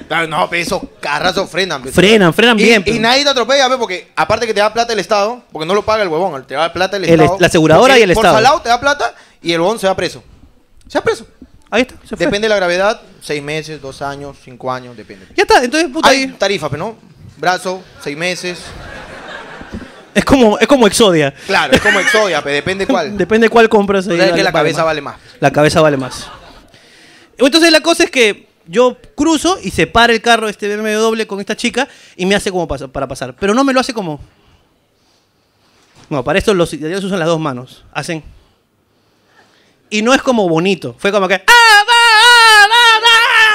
B: Claro, no, pero esos carrazos frenan. pe.
A: Frenan, frenan
B: Y,
A: bien.
B: y
A: pe.
B: nadie te atropella, pe, porque aparte que te da plata el Estado, porque no lo paga el huevón, te da plata el
A: El
B: Estado.
A: est- la aseguradora
B: Porque
A: y el Estado.
B: Por salado te da plata y el huevón se va preso. Se va preso.
A: Ahí está, se fue.
B: Depende de la gravedad, seis meses, dos años, cinco años, depende.
A: Ya está, entonces, puta,
B: Hay
A: ahí-
B: tarifas, pero no. Brazo, seis meses.
A: es como, es como Exodia.
B: Claro, es como Exodia, pe, depende cuál.
A: Depende cuál compras. ahí
B: O sea, es
A: vale-
B: que la cabeza vale más.
A: La cabeza vale más. Entonces la cosa es que yo cruzo y se para el carro este BMW con esta chica y me hace como pasa- para pasar. Pero no me lo hace como... No, para esto los italianos usan las dos manos. Hacen... Y no es como bonito. Fue como que... "Ah, va, ah, va, va, ah,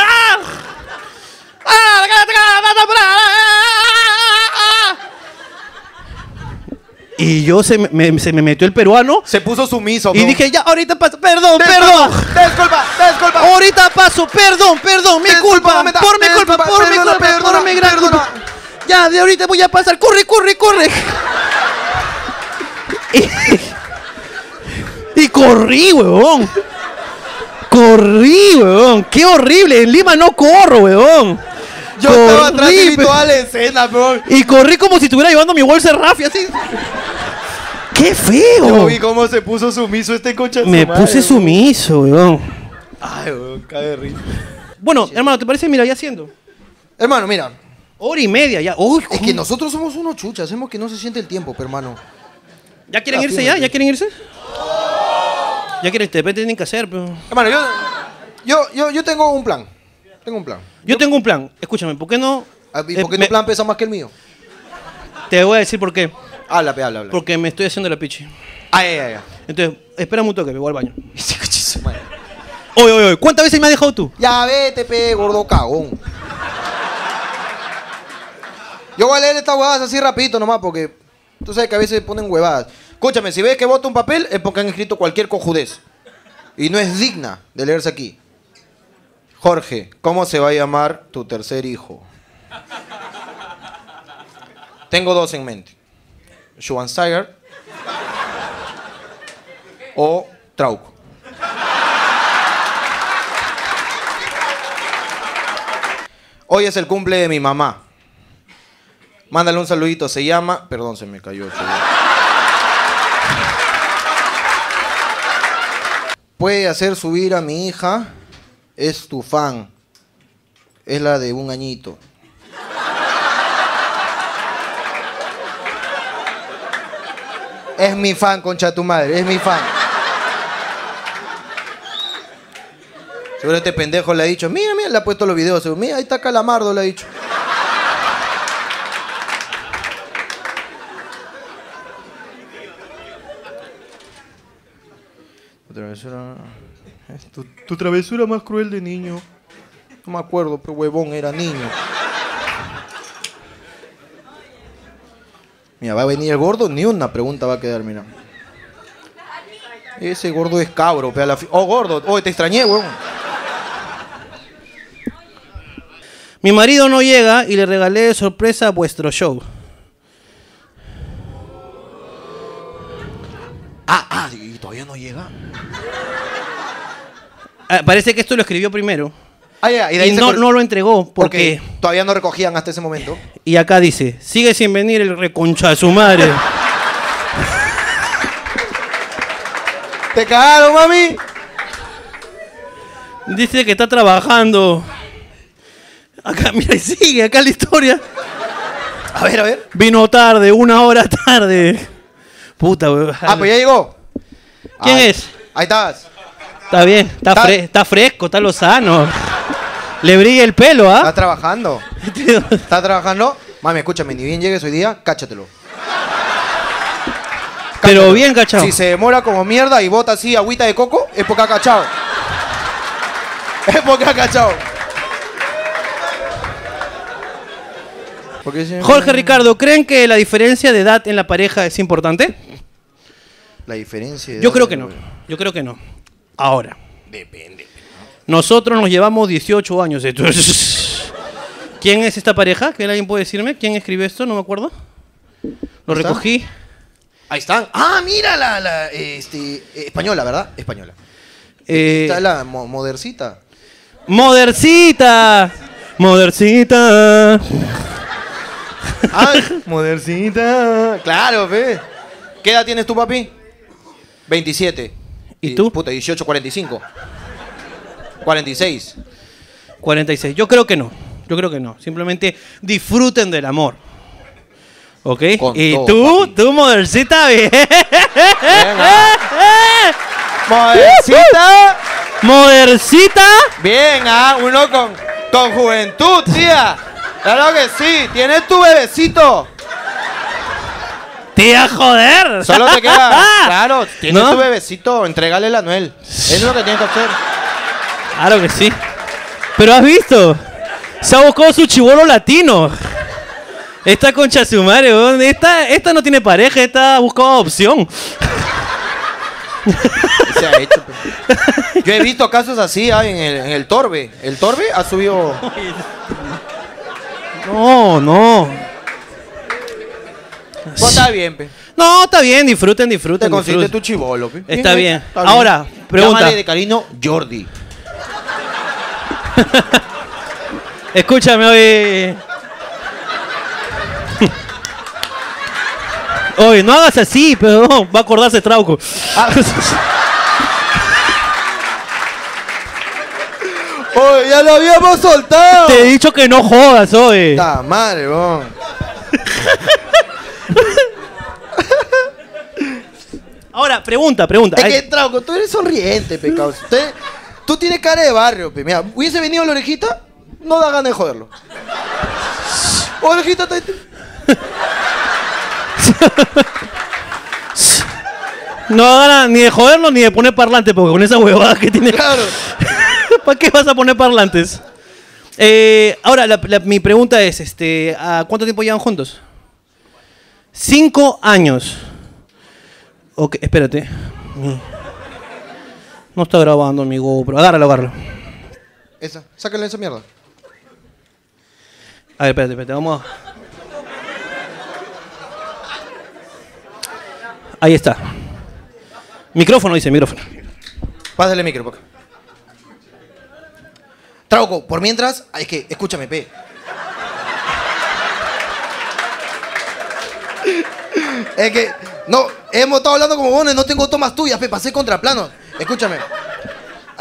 A: va, ah". Ah, la cara, la cara, la cara, la cara, ah, ah, ah. Y yo se me- me- se me metió el peruano
B: Se puso sumiso,
A: y
B: pe.
A: dije, ya, ahorita paso, perdón,
B: Disculpa,
A: perdón. Oh,
B: Disculpa, disculpa.
A: Ahorita paso, perdón, perdón, mi
B: Disculpa,
A: culpa,
B: mamita,
A: por mi
B: disculpa,
A: culpa, por mi
B: perdona,
A: culpa, por
B: perdona,
A: mi gran
B: perdona.
A: culpa. Ya, de ahorita voy a pasar, corre, corre, corre. Y, y corrí, huevón. Corrí, huevón. Qué horrible, en Lima no corro, huevón.
B: Yo estaba
A: Corrí,
B: atrás ah. y vi
A: pe-
B: toda la escena, peón.
A: Y corrí como si estuviera llevando mi bolsa de Rafi, así. Qué feo.
B: Yo vi cómo se puso sumiso este coche.
A: Oh. Me puse sumiso, weón.
B: Ay, weón, cae de risa.
A: Bueno, hermano, ¿te parece? Mira, ya haciendo.
B: Hermano, mira.
A: Hora y media ya. Uy,
B: Es
A: ¿cómo?
B: que nosotros somos unos chuchas, hacemos que no se siente el tiempo, pe, hermano.
A: ¿Ya quieren
B: Ah,
A: irse
B: sí,
A: ya?
B: me-
A: ¿Ya quieren irse? Ya quieren, de repente tienen que hacer, pero...
B: Hermano, yo, yo, yo, yo tengo un plan. Tengo un plan.
A: Yo tengo un plan. Escúchame, ¿por qué no...?
B: Ah, ¿Y
A: eh,
B: por qué
A: me-
B: tu plan pesa más que el mío?
A: Te voy a decir por qué.
B: Habla, pe, habla, Ah, habla.
A: Porque me estoy haciendo la pichi.
B: Ay, ay, ay.
A: Entonces, espérame un toque, me voy al baño.
B: Este coche es su madre.
A: Oye, oye, oye, ¿cuántas veces me has dejado tú?
B: Ya vete, pe, gordo cagón. Yo voy a leer estas huevadas así rapidito nomás, porque tú sabes que a veces ponen huevadas. Escúchame, si ves que bota un papel es porque han escrito cualquier cojudez. Y no es digna de leerse aquí. Jorge, ¿cómo se va a llamar tu tercer hijo? Tengo dos en mente. Schwanzeiger o Trauco. Hoy es el cumple de mi mamá. Mándale un saludito. Se llama. Perdón, se me cayó. el celular. Puede hacer subir a mi hija. Es tu fan. Es la de un añito. Es mi fan, concha tu madre. Es mi fan. Seguro este pendejo le ha dicho, mira, mira, le ha puesto los videos. seguro, Mira, ahí está Calamardo, le ha dicho. Tu travesura... es Tu, tu travesura más cruel de niño. No me acuerdo, pero huevón, era niño. Mira, ¿va a venir el gordo? Ni una pregunta va a quedar, mira. Ese gordo es cabro, pe, a la fi- Oh, gordo, oh, te extrañé, huevón.
A: Mi marido no llega y le regalé de sorpresa vuestro show.
B: Ah, ah, y todavía no llega.
A: Ah, parece que esto lo escribió primero.
B: Ah, ya,
A: Y,
B: de ahí se
A: no,
B: col-
A: no lo entregó porque... Eh.
B: Ok, todavía no recogían hasta ese momento.
A: Y acá dice, sigue sin venir el reconcha de su madre.
B: ¡Te cagaron, mami!
A: Dice que está trabajando. Acá, mira, y sigue, acá la historia.
B: A ver, a ver.
A: Vino tarde, una hora tarde. Puta, weón.
B: Ah, pues ya llegó.
A: ¿Quién
B: Ay,
A: es? ¿Ah?
B: Ahí estás.
A: Está bien, está,
B: Está-
A: fre- está fresco, está lozano. Le brilla el pelo,
B: Estás
A: ¿ah?
B: trabajando. ¿Estás trabajando? Mami, escúchame, ni bien llegues hoy día, cáchatelo.
A: Pero bien cachado.
B: Si se demora como mierda y bota así agüita de coco, es porque ha cachado. Es porque ha cachado. ¿Por qué se-
A: Jorge Ricardo, ¿creen que la diferencia de edad en la pareja es importante?
B: La diferencia. de
A: Yo
B: edad,
A: creo que no.
B: güey.
A: Yo creo que no. Ahora. Depende. Nosotros nos llevamos 18 años. entonces- ¿Quién es esta pareja? ¿Que alguien puede decirme? ¿Quién escribió esto? No me acuerdo. Lo
B: ¿Está?
A: recogí.
B: Ahí están. Ah, mira la, la, este, eh, española, ¿verdad? Española.
A: Eh,
B: Está la mo- modercita.
A: ¡Modercita! ¡Modercita!
B: Ah, modercita. Claro, pe. ¿Qué edad tienes tú, papi? 27.
A: ¿Y tú?
B: Puta, 18, 45. 46.
A: 46. Yo creo que no. Yo creo que no. Simplemente disfruten del amor. ¿Ok?
B: Con
A: y
B: todo,
A: tú,
B: papi.
A: tú, modercita, bien. Eh,
B: ah. Modercita.
A: ¡Modercita!
B: Bien, ah, uno con, con juventud, tía. Claro que sí, tienes tu bebecito.
A: ¡Tía, joder!
B: Solo te queda. Claro, tienes
A: ¿No?
B: tu bebecito, entrégale el anuel. Es lo que tienes que hacer.
A: Claro que sí. Pero has visto, se ha buscado su chivolo latino. Esta concha de su madre, weón, esta, esta no tiene pareja, esta ha buscado opción.
B: Se ha hecho. pe. Yo he visto casos así ah, en, el, en el Torbe. El Torbe ha subido.
A: No, no.
B: Pues está bien, pe.
A: No, está bien, disfruten, disfruten.
B: Te conseguiste tu
A: disfruten.
B: chivolo, pe.
A: Está bien.
B: está
A: Ahora, pregunta.
B: Llámale de cariño Jordi.
A: Escúchame hoy. Oye, no hagas así, pero no, va a acordarse Trauco.
B: Ah. ¡Oh, ya lo habíamos soltado!
A: Te he dicho que no jodas, oye.
B: ¡Ta madre, weón!
A: Ahora, pregunta, pregunta.
B: Es
A: Ay,
B: que, Trauco, tú eres sonriente, pecado. Usted- tú tienes cara de barrio, pe. Mira, hubiese venido la orejita, no da ganas de joderlo. Orejita, te- te-
A: No da nada ni de jodernos ni de poner parlantes, porque con esa huevada que tiene.
B: claro.
A: ¿Para qué vas a poner parlantes? Eh, ahora, la- la- mi pregunta es, este, ¿a cuánto tiempo llevan juntos? Cinco años. Ok, espérate. Mi- No está grabando mi GoPro. Agárralo, agárralo.
B: Esa, sácale esa mierda.
A: A ver, espérate, espérate, vamos a... Ahí está. Micrófono, dice, micrófono.
B: Pásale el micro, poca. Trauco, por mientras, ay, es que, escúchame, pe. Es que, no, hemos estado hablando como bones, no tengo tomas tuyas, pe, pasé contraplanos. Escúchame.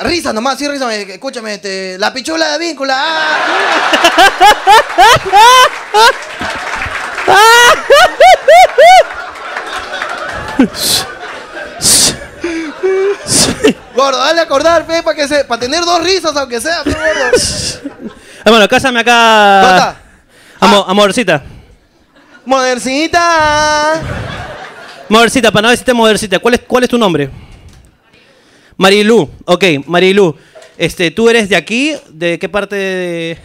B: Risa nomás, sí, risa, escúchame, este, la pichula de víncula. ah. Gordo, dale a acordar, fe, para que se, para tener dos risas, aunque sea, pe, gordo.
A: Hermano, cásame acá.
B: Tota.
A: Amo- Amorcita.
B: Modercita.
A: Modercita, para no decirte modercita, ¿cuál es, cuál es tu nombre? Marilú. Ok, Marilú. Este, ¿Tú eres de aquí? ¿De qué parte de...?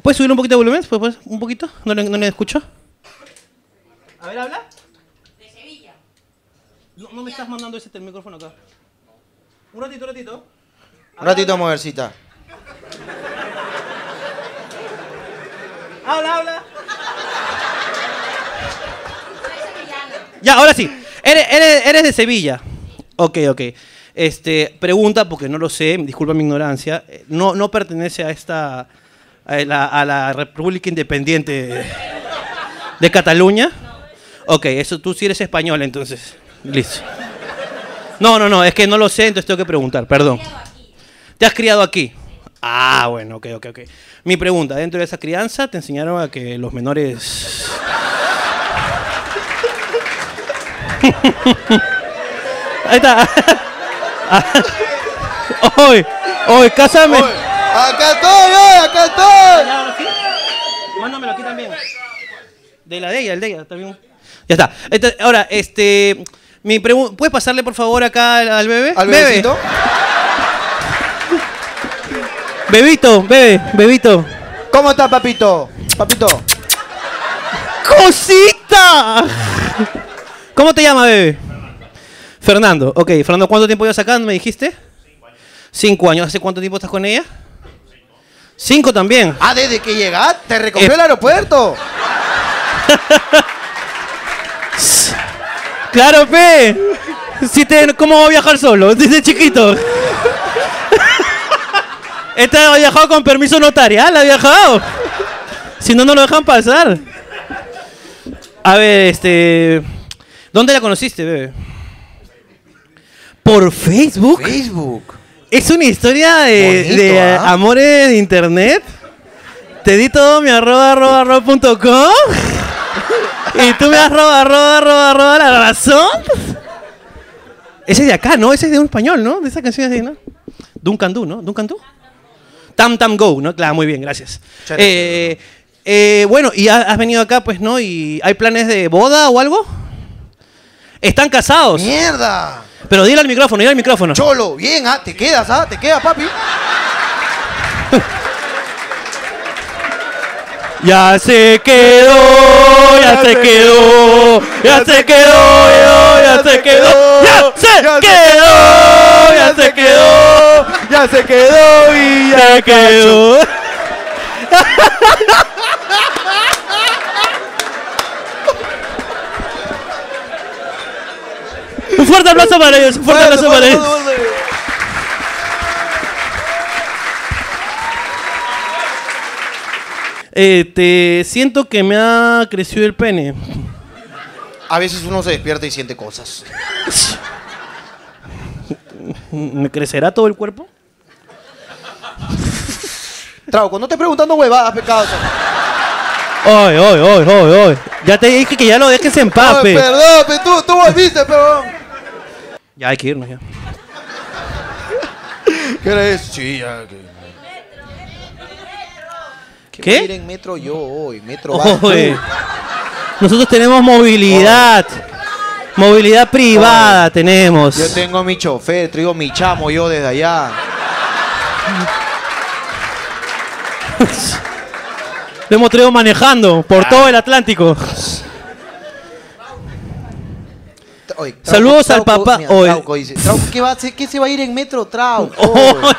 A: ¿Puedes subir un poquito de volumen? ¿Puedes- puedes- ¿Un poquito? ¿No le, no le escucho? A ver, habla. De Sevilla. No, no me estás mandando ese te- micrófono acá. Un ratito, un ratito.
B: Un ratito, modercita.
A: Habla, habla. Ya, ahora sí. Eres, eres- eres de Sevilla. Ok, ok. Este, pregunta, porque no lo sé, disculpa mi ignorancia. eh, No, no pertenece a esta. a la, a la República Independiente de, de Cataluña. Ok, eso tú sí eres español, entonces. Listo. No, no, no, es que no lo sé, entonces tengo que preguntar, perdón. ¿Te has criado aquí? Ah, bueno, ok, ok, ok. Mi pregunta, dentro de esa crianza te enseñaron a que los menores... Ahí está. ¡Oy! ¡Oy! ¡Cásame!
B: Oye, Acá estoy, oye, acá estoy.
A: Ya, ahora sí. Mándamelo aquí también. De la de ella, el de ella, también. Ya está. Entonces, ahora, este... Mi pregunta... ¿Puedes pasarle, por favor, acá al, al bebé?
B: Al
A: Bebé.
B: bebecito.
A: Bebito, bebé, bebito.
B: ¿Cómo estás, papito? Papito.
A: ¡Cosita! ¿Cómo te llamas, bebé? Fernando. Ok, Fernando, ¿cuánto tiempo llevas acá? ¿Me dijiste? Cinco años. ¿Hace cuánto tiempo estás con ella? Cinco también.
B: Ah, desde que llegaste, te recogió
A: Eh.
B: el aeropuerto.
A: ¡Claro, pe! Si te, ¿Cómo va a viajar solo? Desde chiquito. Este ha viajado con permiso notarial, ha viajado. Si no, no lo dejan pasar. A ver, este... ¿Dónde la conociste, bebé? ¿Por Facebook?
B: Facebook.
A: Es una historia de,
B: Bonito,
A: de,
B: ¿ah?
A: amores de internet. Te di todo mi arroba arroba arroba punto com. Y tú me arroba arroba arroba arroba la razón. Ese es de acá, ¿no? Ese es de un español, ¿no? De esa canción así, ¿no? Duncan Du, ¿no? Duncan Du. Tam Tam Go, ¿no? Claro, muy bien, gracias.
B: Chévere,
A: Eh, eh, bueno, y ha- has venido acá, pues, ¿no? ¿Y hay planes de boda o algo? Están casados.
B: ¿Eh? Mierda.
A: Pero dile al micrófono, dile al micrófono.
B: Cholo, bien, ah, te quedas, ah, te quedas, papi.
A: Ya se quedó, ya se quedó, ya se quedó, ya se quedó, ya se quedó, ya se quedó,
B: ya se quedó y
A: ya se quedó. Un fuerte aplauso para ellos, un fuerte aplauso para ellos. Este, siento que me ha crecido el pene.
B: A veces uno se despierta y siente cosas.
A: ¿Me crecerá todo el cuerpo?
B: Trauco, no te preguntando huevadas, pecados.
A: Oy, oy, oy, oy, oy. Ya te dije que ya lo dejes en paz, Ah, pe.
B: perdón, pe, tú, tú volviste, pero.
A: Ya hay que irnos ya.
B: ¿Qué era eso? Sí, ya. Que... ¿Qué?
A: ¿Qué?
B: voy a ir en metro yo hoy, metro vas tú.
A: Oy. Nosotros tenemos movilidad. Movilidad privada tenemos.
B: Yo tengo mi chofer, traigo mi chamo yo desde allá.
A: Lo hemos traído manejando
B: Ah.
A: por todo el Atlántico.
B: Tra- oye, Trauco,
A: Saludos al
B: Trauco,
A: papá,
B: mira,
A: oye. Oh,
B: Trauco dice, Trauco, ¿qué, va a hacer? ¿Qué se va a ir en metro, Trauco?
A: Oy.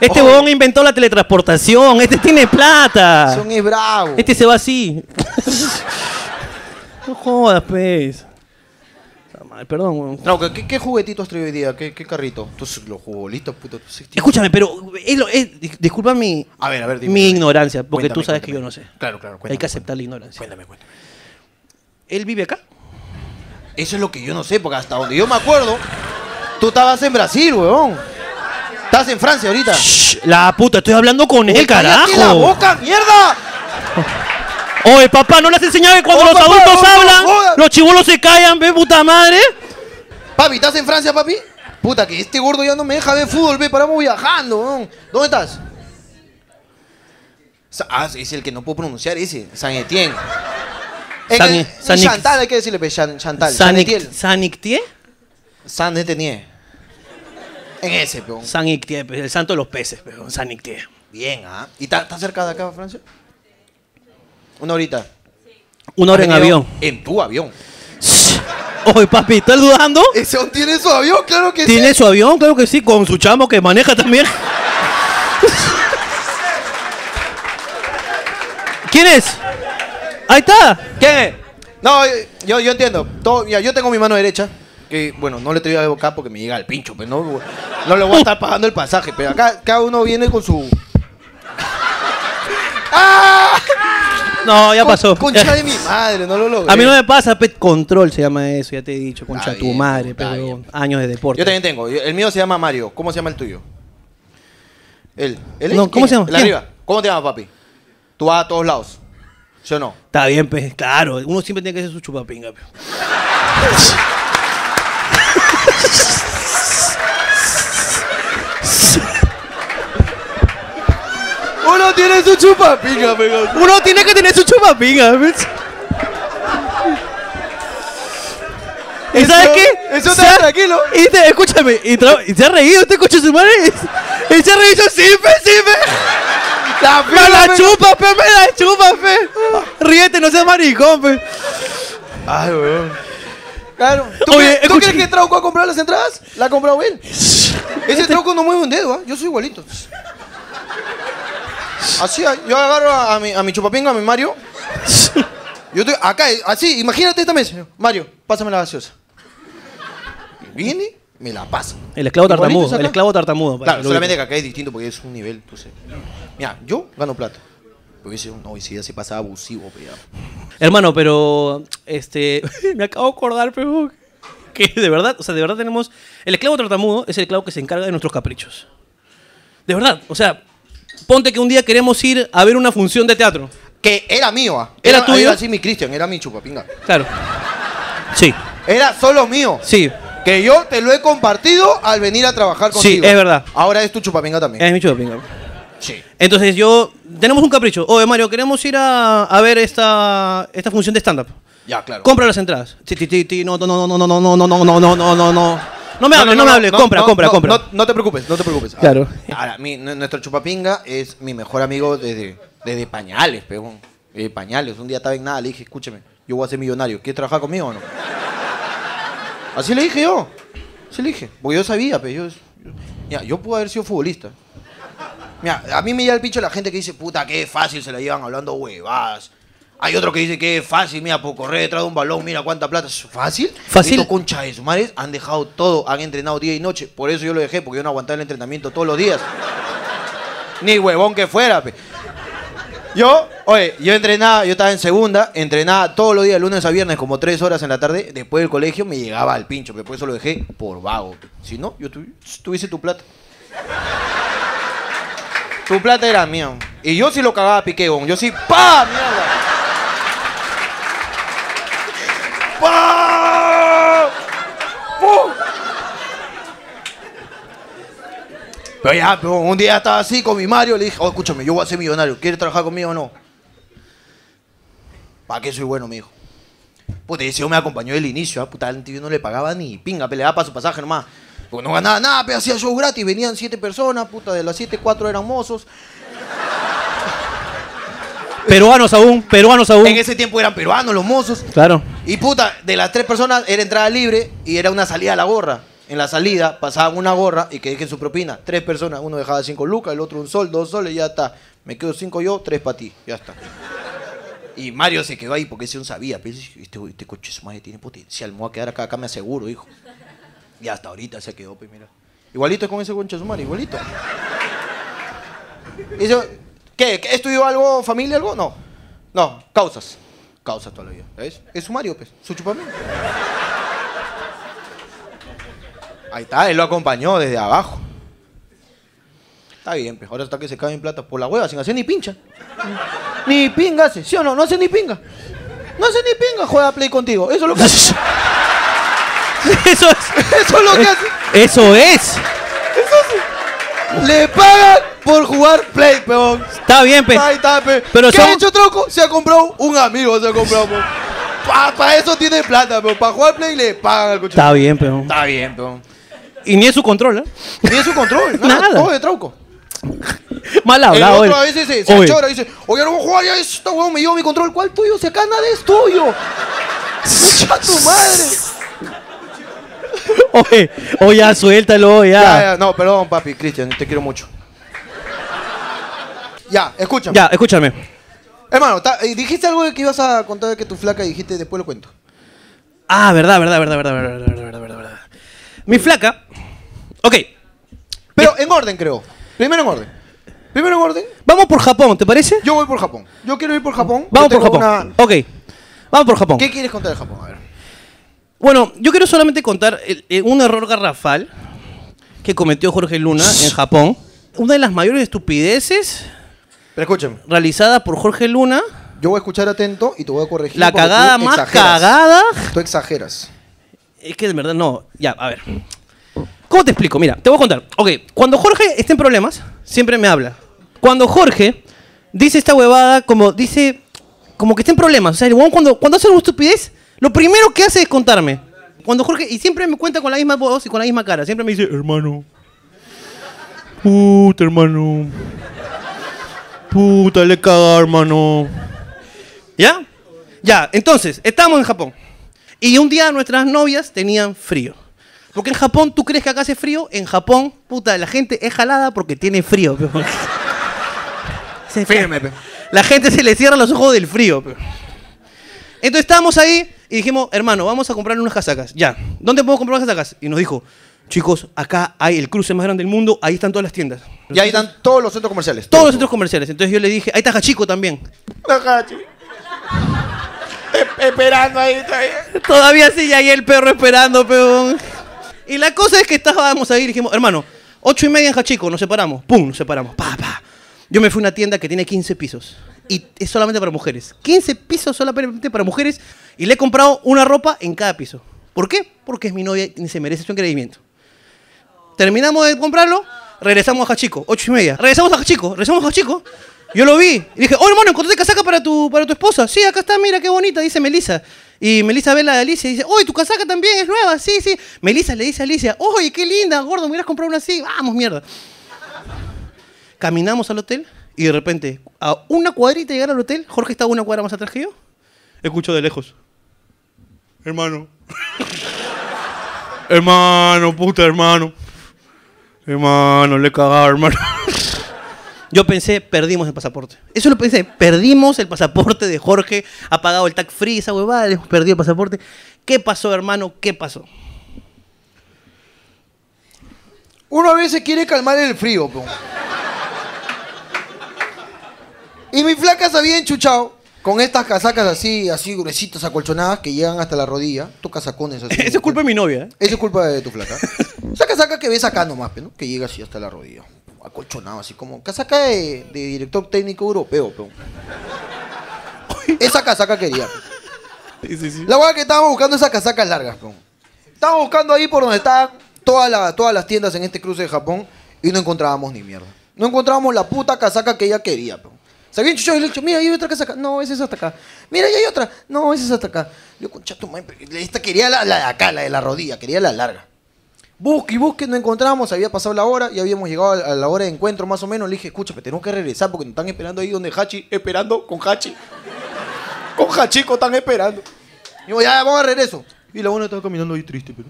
A: Este
B: Oy.
A: huevón inventó la teletransportación. Este tiene plata.
B: Son es bravo.
A: Este se va así. no jodas, pez. Perdón, huevón.
B: Trauco, ¿qué, qué juguetito has traído hoy día? ¿Qué, qué carrito? Tú sí, los jugolitos, puto. Tú sí,
A: Escúchame, pero es lo- es- dis- disculpa mi,
B: A ver, a ver, dime,
A: mi
B: dime.
A: ignorancia, porque tú
B: Cuéntame,
A: sabes
B: cuéntame.
A: que yo no sé.
B: Claro, claro,
A: Hay que
B: cuéntame.
A: aceptar la ignorancia.
B: Cuéntame, cuéntame.
A: ¿Él vive acá?
B: Eso es lo que yo no sé, porque hasta donde yo me acuerdo, tú estabas en Brasil, weón. Estás en Francia ahorita.
A: Shh, la puta, estoy hablando con él,
B: ¡Cállate la
A: carajo.
B: boca, mierda!
A: Oye, papá, ¿no le has enseñado que cuando
B: Oh,
A: los
B: papá,
A: adultos
B: no, no,
A: hablan,
B: jodas.
A: los chivolos se callan, ve, puta madre?
B: Papi, ¿estás en Francia, papi? Puta, que este gordo ya no me deja ver fútbol, ve, paramos viajando, weón. ¿Dónde estás? Sa- Ah, es el que no puedo pronunciar ese, San Etienne. Es
A: San-
B: que-
A: San-
B: Chantal, hay que decirle, pe, Chan- Chantal. San Etienne.
A: Sanic- Sanictie.
B: San Etienne. En ese, peón.
A: Sanictie, pues, el santo de los peces, pero Sanictie.
B: Bien, ¿ah? ¿Y está está cerca de acá, Francia? Una horita.
A: Una hora en
B: Has venido
A: avión.
B: En tu avión.
A: Oye, papi, ¿estás dudando?
B: Ese aún tiene su avión, claro que sí.
A: ¿Tiene su avión? Claro que sí, con su chamo que maneja también. ¿Quién es? Ahí está.
B: ¿Quién es? No, eh, yo, yo entiendo. Todo- mira, yo tengo mi mano derecha. Que, bueno, no le estoy a acá porque me llega el pincho, pero no, no le voy a estar pagando el pasaje. Pero acá cada uno viene con su. ¡Ah!
A: No, ya
B: Con-
A: pasó.
B: Concha de mi madre, no lo logré.
A: A mí no me pasa, pet control se llama eso, ya te he dicho, concha
B: Está
A: tu
B: bien,
A: madre,
B: está
A: pero
B: bien.
A: años de deporte.
B: Yo también tengo. Yo- El mío se llama Mario. ¿Cómo se llama el tuyo? Él. ¿Él es?
A: No, ¿cómo
B: ¿Quién?
A: se llama?
B: El de
A: ¿Quién?
B: arriba. ¿Cómo te llamas, papi? Tú vas a todos lados. ¿Sí o no?
A: Está bien, pues, claro, uno siempre tiene que hacer su chupapinga. pe.
B: Uno tiene su chupapinga, pegado.
A: Uno tiene que tener su chupapinga. pe. ¿Y
B: Eso-
A: sabes qué?
B: eso te
A: Se
B: da
A: ha-
B: tranquilo.
A: Y te- escúchame, y, tra- y se ha reído este coche su madre. Y, y se ha reído, sí, pe, sí, pe.
B: La
A: Me
B: pinga,
A: la
B: pe.
A: chupa, pe, me la chupa, pe. Ríete, no seas maricón, pe.
B: Ay, weón. Claro. ¿Tú,
A: Oye,
B: crees, ¿tú
A: escucha-
B: crees que Trauco ha comprado las entradas? La ha comprado él.
A: Este
B: Ese Trauco no mueve un dedo, ¿ah? Yo soy igualito. Así, ah, yo agarro a, a mi, a mi chupapinga, a mi Mario. Yo estoy acá, eh, así, imagínate esta mesa. Mario, pásame la gaseosa. Viene, me la pasa.
A: El esclavo
B: Igualito es
A: tartamudo,
B: acá.
A: el esclavo tartamudo. para
B: Claro,
A: que lo
B: solamente que acá es distinto porque es un nivel, entonces. Mira, yo gano plata. Porque ese, no, ese ya se pasaba abusivo, pero ya.
A: Hermano, pero este me acabo de acordar, pero que de verdad, o sea, de verdad tenemos el esclavo tartamudo es el esclavo que se encarga de nuestros caprichos. De verdad, o sea, ponte que un día queremos ir a ver una función de teatro.
B: Que era mío, ah.
A: ¿Era tuyo?
B: Era así mi Cristian, era mi chupapinga.
A: Claro. Sí,
B: Era solo mío.
A: sí,
B: Que yo te lo he compartido al venir a trabajar
A: Sí,
B: contigo.
A: es verdad. Eh.
B: Ahora es tu chupapinga también.
A: es mi chupapinga.
B: Sí.
A: Entonces yo tenemos un capricho. Oye, Mario, queremos ir a, a ver esta esta función de stand up.
B: Ya, claro.
A: Compra las entradas. Ti, ti, ti, ti, No, no, no, no, no, no, no, no, no, no, no, no, no. No me hable, no me hable. Compra,
B: no,
A: compra,
B: no,
A: compra.
B: No, no te preocupes, no te preocupes.
A: Claro.
B: Ahora, ahora, mi- n- nuestro chupapinga es mi mejor amigo desde, desde pañales, pegón. Desde pañales. Un día estaba en nada, le dije, escúchame, yo voy a ser millonario. ¿Quieres trabajar conmigo o no? Así le dije yo. Así le dije. Porque yo sabía, pero yo, yo- Mira, yo pude haber sido futbolista. Mira, a mí me llega el pincho la gente que dice, puta, qué fácil, se la llevan hablando huevadas. Hay otro que dice que es fácil, mira, por correr detrás de un balón, mira cuánta plata. ¿Es ¿Fácil?
A: Fácil.
B: Estos concha de su madre han dejado todo, han entrenado día y noche. Por eso yo lo dejé, porque yo no aguantaba el entrenamiento todos los días. Ni huevón que fuera, pe. Yo, oye, yo entrenaba, yo estaba en segunda, entrenaba todos los días, lunes a viernes, como tres horas en la tarde. Después del colegio me llegaba al pincho, pe, por eso lo dejé por vago. pe. Si no, yo tu- tuviese tu plata. Tu plata era mía. Y yo sí lo cagaba a pique, weón. Yo sí, ¡pa! ¡Mierda! ¡Pa! ¡Pu! Pero ya, pero un día estaba así con mi Mario, le dije, oh, escúchame, yo voy a ser millonario, ¿quieres trabajar conmigo o no? ¿Para qué soy bueno, mijo? Puta, ese hombre me acompañó del inicio, ah, puta, antes yo no le pagaba ni pinga, pe, le daba para su pasaje nomás. Porque no ganaba nada, pero hacía show gratis, venían siete personas, puta, de las siete, cuatro eran mozos.
A: Peruanos aún, peruanos aún.
B: En ese tiempo eran peruanos los mozos.
A: Claro.
B: Y puta, de las tres personas era entrada libre y era una salida a la gorra. En la salida pasaban una gorra y que dejen su propina. Tres personas, uno dejaba cinco lucas, el otro un sol, dos soles, y ya está. Me quedo cinco yo, tres para ti, ya está. Y Mario se quedó ahí porque ese no sabía. pero dice, este, este coche su madre tiene potencial, me voy a quedar acá, acá me aseguro, hijo. Y hasta ahorita se quedó, pues mira. Igualito es con ese conche su madre, igualito. Y yo, ¿qué? ¿Qué? ¿Estudió algo, familia, algo? No. No, causas. Causas toda la vida. ¿Ves? Es sumario, pues. Su chupamiento. Ahí está, él lo acompañó desde abajo. Está bien, pues. Ahora está que se cae en plata por la hueva, sin hacer ni pincha. Ni pinga hace, ¿sí o no? No hace ni pinga. No hace ni pinga, juega play contigo. Eso es lo que hace.
A: Eso es. Eh,
B: Eso es lo que hace.
A: Eso es.
B: Le pagan por jugar play, peón.
A: Está bien, pe.
B: Ahí está, pe.
A: Pero
B: ¿Qué
A: son-
B: ha hecho Troco? Se ha comprado un amigo, se ha comprado, peón. Para eso tiene plata, peón. Para jugar play le pagan al coche.
A: Está bien, peón.
B: Está bien, peón.
A: Y ni es su control, ¿eh?
B: Tiene su control. nada,
A: Nada.
B: Todo de Troco.
A: Mal
B: El
A: hablado.
B: otro
A: él.
B: a veces se, se
A: Oye,
B: achora y dice, oye, no voy a jugar ya esto, weón, me llevo mi control. ¿Cuál tuyo? Si acá nada es tuyo. Mucha tu madre.
A: Oye, oye, ya, suéltalo, ya.
B: Ya, ya, no, perdón, papi, Cristian, te quiero mucho. Ya, escúchame.
A: Ya, escúchame.
B: Hermano, ta- eh, dijiste algo de que ibas a contar de que tu flaca y dijiste, después lo cuento.
A: Ah, verdad, verdad, verdad, verdad, verdad, verdad, verdad, verdad, verdad. Mi flaca. Ok,
B: Pero en orden, creo. Primero en orden. Primero en orden,
A: vamos por Japón, ¿te parece?
B: yo voy por Japón. Yo quiero ir por Japón.
A: Vamos
B: Yo
A: por
B: tengo
A: Japón. Ok, vamos por Japón.
B: una- ¿Qué quieres contar de Japón? A ver.
A: Bueno, yo quiero solamente contar el- eh, un error garrafal que cometió Jorge Luna en Japón. Una de las mayores estupideces
B: Pero escúchame,
A: realizada por Jorge Luna.
B: yo voy a escuchar atento y te voy a corregir.
A: La
B: porque tú
A: cagada más
B: exageras.
A: cagada.
B: Tú exageras.
A: Es que de verdad no. Ya, a ver. ¿Cómo te explico? Mira, te voy a contar. Ok, cuando Jorge está en problemas, siempre me habla. Cuando Jorge dice esta huevada, como dice, como que está en problemas. O sea, el huevón cuando, cuando hace una estupidez, lo primero que hace es contarme. Cuando Jorge, y siempre me cuenta con la misma voz y con la misma cara. Siempre me dice, hermano. Puta, hermano. Puta, le caga, hermano. ¿Ya? Ya, entonces, estamos en Japón. Y un día nuestras novias tenían frío. Porque en Japón, ¿tú crees que acá hace frío? En Japón, puta, la gente es jalada porque tiene frío. pe. Se-
B: Firme, pe.
A: La gente se le cierra los ojos del frío. pe. Entonces estábamos ahí y dijimos, hermano, vamos a comprar unas casacas. Ya, ¿dónde podemos comprar unas casacas? Y nos dijo, chicos, acá hay el cruce más grande del mundo, ahí están todas las tiendas.
B: Y ahí están todos los centros comerciales.
A: Todos los centros comerciales. Entonces yo le dije, ahí está Hachico también.
B: Esperando ahí todavía.
A: Todavía sigue ahí el perro esperando, peón. Y la cosa es que estábamos ahí y dijimos, hermano, ocho y media en Hachico, nos separamos. Pum, nos separamos. Pa, pa. Yo me fui a una tienda que tiene 15 pisos. Y es solamente para mujeres. 15 pisos solamente para mujeres. Y le he comprado una ropa en cada piso. ¿Por qué? Porque es mi novia y se merece su engreimiento. Terminamos de comprarlo, regresamos a Hachico, ocho y media. Regresamos a Hachico, regresamos a Hachico. Yo lo vi y dije, oh hermano, encontraste casaca para tu, para tu esposa. Sí, acá está, mira qué bonita, dice Melissa. Y Melissa ve la de Alicia y dice, oye, tu casaca también es nueva, sí, sí. Melissa le dice a Alicia, oye, qué linda, gordo, me hubieras comprado una así, vamos, mierda. Caminamos al hotel y de repente, a una cuadrita de llegar al hotel, Jorge estaba una cuadra más atrás que yo. Escucho de lejos. Hermano. hermano, puta, hermano. Hermano, le cagaba, hermano. Yo pensé, perdimos el pasaporte. Eso lo pensé, perdimos el pasaporte de Jorge, ha pagado el tag free, esa huevada, le hemos perdido el pasaporte. ¿Qué pasó, hermano? ¿Qué pasó?
B: Uno a veces quiere calmar el frío, po. Y mi flaca se había enchuchado con estas casacas así, así gruesitas, acolchonadas, que llegan hasta la rodilla. Estos casacones así.
A: Eso es culpa de mi novia, ¿eh?
B: Eso es culpa de tu flaca. Esa casaca que ves acá nomás, pe, ¿no? Que llega así hasta la rodilla. Acolchonado, así como casaca de, de director técnico europeo, pe. Esa casaca quería, pe.
A: Sí, sí, sí.
B: La hueá que estábamos buscando esas casacas largas, pon. Estábamos buscando ahí por donde estaban todas la- todas las tiendas en este cruce de Japón y no encontrábamos ni mierda. No encontrábamos la puta casaca que ella quería, pon. Se había chuchado y le he dicho, mira, ahí hay otra casaca. No, esa es hasta acá. Mira, ahí hay otra. No, esa es hasta acá. Yo, concha tu madre, pero esta quería la, la de acá, la de la rodilla, quería la larga. Busque y busque, no encontramos, había pasado la hora, ya habíamos llegado a a la hora de encuentro más o menos. Le dije, escúchame, tenemos que regresar porque nos están esperando ahí donde Hachi, esperando con Hachi. Con Hachico están esperando. Digo, ya, vamos a regreso. Y la buena estaba caminando ahí triste, pero.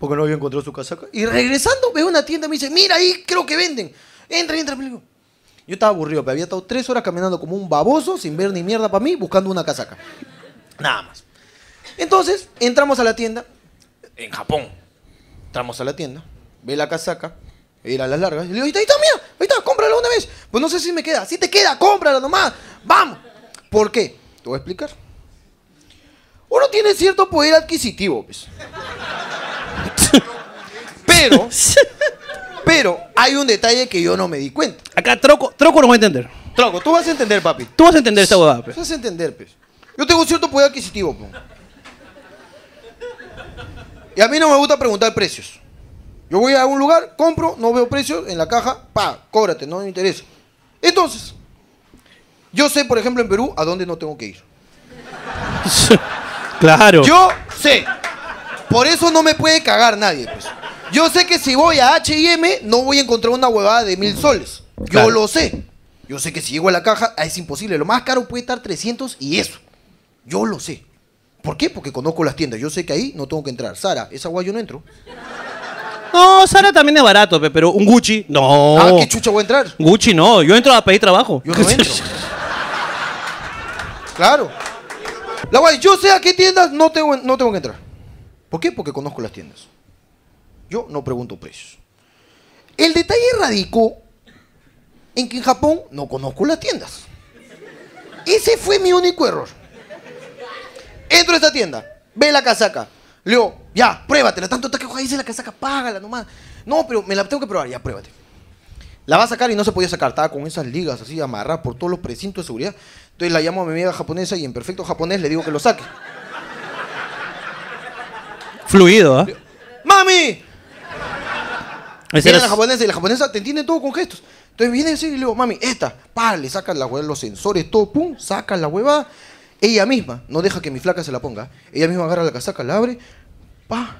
B: Porque no había encontrado su casaca. Y regresando, veo una tienda y me dice, mira ahí, creo que venden. Entra, entra, amigo. Yo estaba aburrido, pero había estado tres horas caminando como un baboso, sin ver ni mierda para mí, buscando una casaca. Nada más. Entonces, entramos a la tienda. En Japón. Entramos a la tienda. Ve la casaca. Era a las largas. Y le digo, ahí está, ahí está, mira, ahí está, cómprala una vez. Pues no sé si me queda. Si te queda, cómprala nomás. Vamos. ¿Por qué? Te voy a explicar. Uno tiene cierto poder adquisitivo, pues. Pero, pero hay un detalle que yo no me di cuenta.
A: Acá Troco, Troco nos va a entender.
B: Troco, tú vas a entender, papi.
A: Tú vas a entender esta huevada, pe.
B: Tú vas a entender, pues. Yo tengo cierto poder adquisitivo, pues. Y a mí no me gusta preguntar precios. Yo voy a un lugar, compro, no veo precios, en la caja, pa, cóbrate, no me interesa. Entonces, yo sé, por ejemplo, en Perú, a dónde no tengo que ir.
A: claro.
B: Yo sé. Por eso no me puede cagar nadie, pues. Yo sé que si voy a H&M no voy a encontrar una huevada de mil soles. Yo
A: Claro.
B: lo sé. Yo sé que si llego a la caja ah, es imposible. Lo más caro puede estar 300 y eso. Yo lo sé. ¿Por qué? Porque conozco las tiendas. Yo sé que ahí no tengo que entrar. Sara, esa guay yo no entro.
A: No, Sara también es barato, pe, pero un Gucci, no.
B: Ah, qué chucha voy a entrar.
A: Gucci no, yo entro a pedir trabajo.
B: Yo no entro. Claro. La guay, yo sé a qué tiendas no tengo, no tengo que entrar. ¿Por qué? Porque conozco las tiendas. Yo no pregunto precios. El detalle radicó en que en Japón no conozco las tiendas. Ese fue mi único error. Entro a esta tienda, ve la casaca. Le digo, ya, pruébatela. Tanto está que ojalá dice la casaca, págala nomás. No, pero me la tengo que probar, ya, pruébate. La va a sacar y no se podía sacar, estaba con esas ligas así amarradas por todos los precintos de seguridad. Entonces la llamo a mi amiga japonesa y en perfecto japonés le digo que lo saque.
A: Fluido, ¿ah?
B: ¡Mami!
A: Ese
B: Viene
A: era-
B: la japonesa y la japonesa te entiende todo con gestos. Entonces viene así y le digo, mami, esta, pa, le sacan la huevada, los sensores, todo, pum, sacan la huevada. Ella misma, no deja que mi flaca se la ponga, ella misma agarra la casaca, la abre, pa,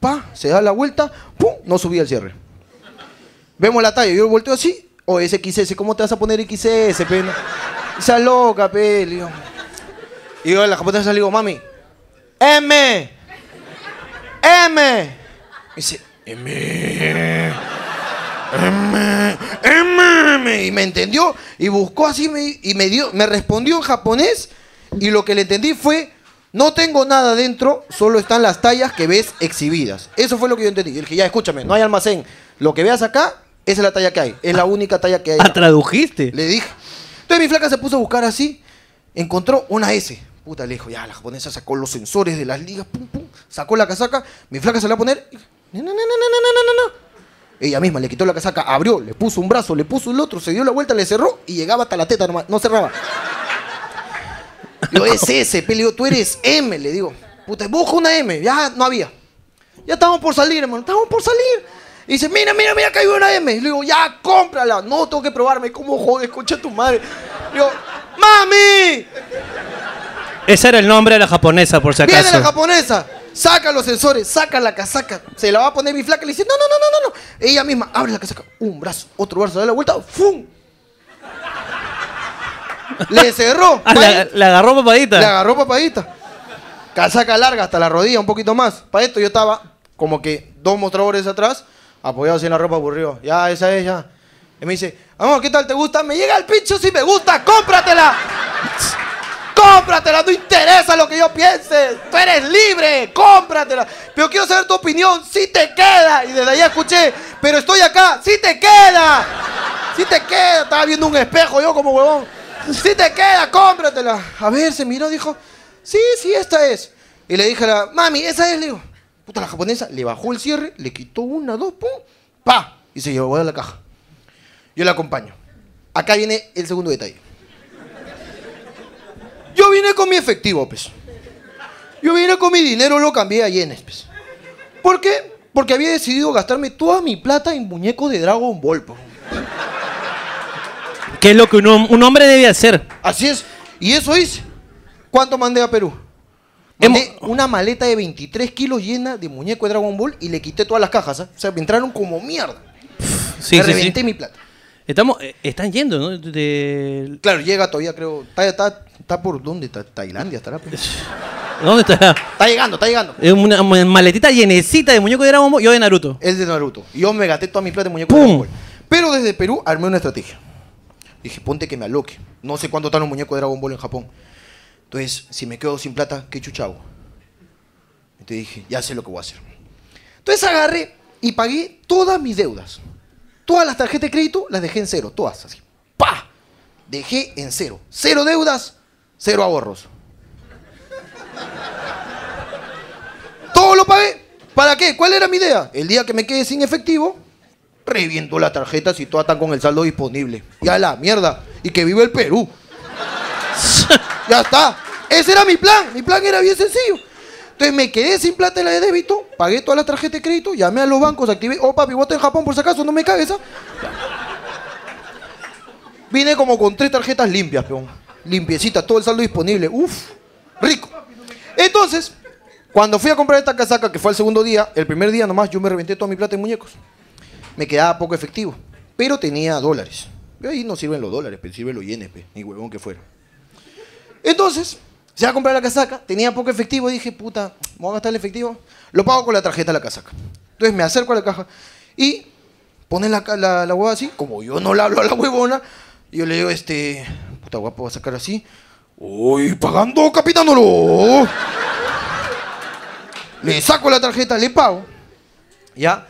B: pa, se da la vuelta, pum, no subía el cierre. Vemos la talla, yo volteo así, o ese XS, ¿cómo te vas a poner XS, pena? Esa loca, pe, le digo. Y yo a la japonesa le digo, mami, M, M. Me dice, M. M, M, M, y me entendió y buscó así me- y me dio, me respondió en japonés y lo que le entendí fue no tengo nada dentro, solo están las tallas que ves exhibidas. Eso fue lo que yo entendí. Y dije, ya escúchame, no hay almacén. Lo que veas acá, esa es la talla que hay. Es la única talla que hay.
A: Ah, tradujiste.
B: Le dije. Entonces mi flaca se puso a buscar así. Encontró una S. Puta, le dijo, ya, la japonesa sacó los sensores de las ligas, pum, pum, sacó la casaca. Mi flaca se la va a poner. No, no, no, no, no, no, no, no. Ella misma le quitó la casaca, abrió, le puso un brazo, le puso el otro, se dio la vuelta, le cerró y llegaba hasta la teta nomás, no cerraba. Yo, es S, pe, le digo, tú eres M, le digo. Puta, busca una M, ya no había. Ya estamos por salir, hermano, estamos por salir. Y dice, mira, mira, mira, cayó una M. Le digo, ya, cómprala. No, tengo que probarme. ¿Cómo jodes, concha tu madre? Le digo, mami,
A: Ese era el nombre de la japonesa, por si
B: viene
A: acaso.
B: la japonesa. Saca los sensores, saca la casaca. Se la va a poner mi flaca. Le dice, no, no, no, no, no, no. Ella misma abre la casaca. Un brazo, otro brazo, da la vuelta. ¡Fum! Le cerró.
A: Ah, la, la agarró papadita.
B: Le agarró papadita. Casaca larga hasta la rodilla, un poquito más. Para esto yo estaba como que dos mostradores atrás, apoyados en la ropa aburrido. Ya, esa es, ya. Y me dice, amor, ¿qué tal te gusta? Me llega el pincho si me gusta, cómpratela. Cómpratela, no interesa lo que yo piense. Tú eres libre, cómpratela. Pero quiero saber tu opinión, si te queda. Y desde ahí escuché, pero estoy acá, si te queda. Si te queda. Estaba viendo un espejo yo como huevón. Si te queda, cómpratela. A ver, se miró, dijo, sí, sí, esta es. Y le dije a la, mami, esa es, le digo. Puta, la japonesa le bajó el cierre, le quitó una, dos, pum, pa. Y se llevó a la caja. Yo la acompaño. Acá viene el segundo detalle. Yo vine con mi efectivo, pues. Yo vine con mi dinero, lo cambié a yenes, pues. ¿Por qué? Porque había decidido gastarme toda mi plata en muñecos de Dragon Ball, pues.
A: ¿Qué es lo que un, hom- un hombre debe hacer?
B: Así es. Y eso hice. ¿Cuánto mandé a Perú? Mandé
A: Hemos-
B: una maleta de 23 kilos llena de muñeco de Dragon Ball y le quité todas las cajas. ¿ah? O sea, me entraron como mierda.
A: Sí, sí,
B: me reventé
A: sí.
B: mi plata.
A: Estamos, eh, están yendo, ¿no? De-
B: Claro, llega todavía, creo. Está, está- está por dónde? Está, Tailandia estará. pe.
A: ¿Dónde estará?
B: Está llegando, está llegando.
A: Es una ma- maletita llenecita de muñeco de Dragon Ball y yo de Naruto.
B: Es de Naruto. Y yo me gasté toda mi plata en muñeco de
A: ¡Pum!
B: Dragon Ball. Pero desde Perú armé una estrategia. Dije, ponte que me aloque. No sé cuánto están los muñecos de Dragon Ball en Japón. Entonces, si me quedo sin plata, ¿qué chucha hago? Entonces dije, ya sé lo que voy a hacer. Entonces agarré y pagué todas mis deudas. Todas las tarjetas de crédito las dejé en cero, todas así. ¡Pa! Dejé en cero. Cero deudas, cero ahorros. Todo lo pagué. ¿Para qué? ¿Cuál era mi idea? El día que me quede sin efectivo, reviento las tarjetas y todas están con el saldo disponible. Y a la mierda. Y que vive el Perú. ya está. Ese era mi plan. Mi plan era bien sencillo. Entonces me quedé sin plata en la de débito, pagué todas las tarjetas de crédito, llamé a los bancos, activé, oh papi, voto en Japón por si acaso, no me cagues, ¿ah? Vine como con tres tarjetas limpias, peón. Limpiecitas, todo el saldo disponible. Uf, rico. Entonces, cuando fui a comprar esta casaca, que fue el segundo día, el primer día nomás yo me reventé toda mi plata en muñecos. Me quedaba poco efectivo, pero tenía dólares. Y ahí no sirven los dólares, pero sirven los yenes, pe, ni huevón que fuera. Entonces, se va a comprar la casaca, tenía poco efectivo, dije, puta, ¿me voy a gastar el efectivo? Lo pago con la tarjeta de la casaca. Entonces me acerco a la caja y pone la, ca- la, la hueva así, como yo no le hablo a la huevona, y yo le digo, este, puta guapo, va a sacar así. Uy, pagando, capitándolo. Le saco la tarjeta, le pago. ¿Ya?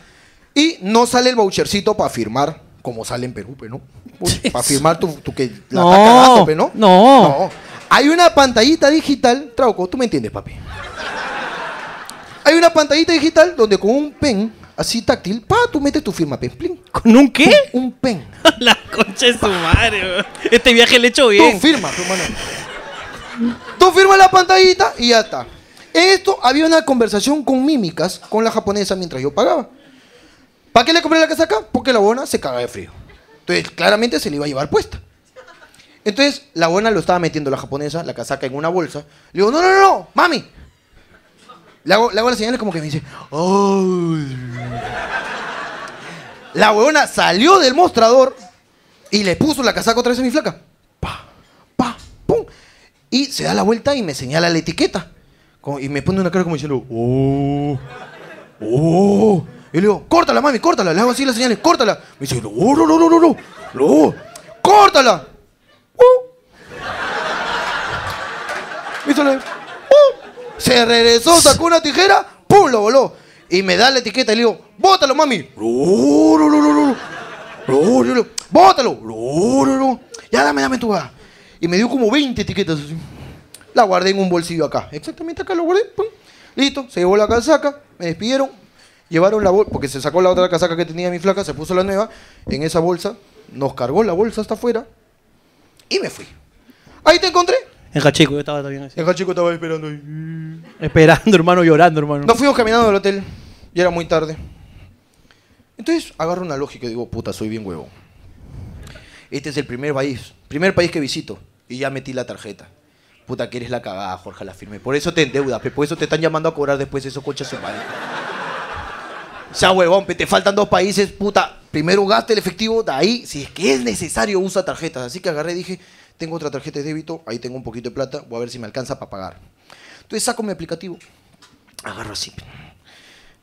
B: Y no sale el vouchercito para firmar, como sale en Perú, pe, ¿no? Para firmar tu, tu que la
A: No,
B: está cagando, pe, ¿no?
A: no.
B: Hay una pantallita digital, Trauco, tú me entiendes, papi. Hay una pantallita digital donde con un pen así táctil, pa, tú metes tu firma, pen, plin.
A: ¿Con un qué?
B: Un pen.
A: la concha de su madre, weón. Este viaje le he hecho
B: Tú
A: bien.
B: firma, tu mano. Tú firmas la pantallita y ya está. En esto había una conversación con mímicas con la japonesa mientras yo pagaba. ¿Para qué le compré la casaca? Porque la buena se cagaba de frío. Entonces, claramente se le iba a llevar puesta. Entonces, la buena lo estaba metiendo la japonesa, la casaca en una bolsa. Le digo, no, no, no, no, mami. Le hago, le hago las señales como que me dice, "Ay". La huevona salió del mostrador y le puso la casaca otra vez a mi flaca. Pa, pa, pum. Y se da la vuelta y me señala la etiqueta. Como- y me pone una cara como diciendo, oh, oh. Y le digo, córtala, mami, córtala. Le hago así las señales, córtala. Me dice, no, no, no, no, no, no, no, córtala. Uh. Me hizo la- ¡Uh! Se regresó, sacó una tijera, ¡pum! Lo voló. Y me da la etiqueta y le digo, ¡bótalo, mami! ¡No, no, no, no, no! ¡No, no, no! ¡Bótalo! ¡No, no, no! Ya dame, dame tu va. Y me dio como 20 etiquetas así. La guardé en un bolsillo acá. Exactamente acá lo guardé. ¡pum! Listo, se llevó la casaca, me despidieron, llevaron la bolsa, porque se sacó la otra casaca que tenía mi flaca, se puso la nueva en esa bolsa, nos cargó la bolsa hasta afuera y me fui. Ahí te encontré.
A: En Hachico, yo estaba también así.
B: El chico estaba esperando ahí.
A: Esperando, hermano, llorando, hermano.
B: Nos fuimos caminando del hotel. Ya era muy tarde. Entonces agarro una lógica y digo, puta, soy bien huevo. Este es el primer país, primer país que visito. Y ya metí la tarjeta. Puta, que eres la cagada, Jorge, la firme. Por eso te endeudas, pe, por eso te están llamando a cobrar después esos coches su madre. O sea, huevón, pe, te faltan dos países, puta. Primero gasta el efectivo, de ahí, si es que es necesario, usa tarjetas. Así que agarré y dije, tengo otra tarjeta de débito, ahí tengo un poquito de plata, voy a ver si me alcanza para pagar. Entonces saco mi aplicativo, agarro así. pe.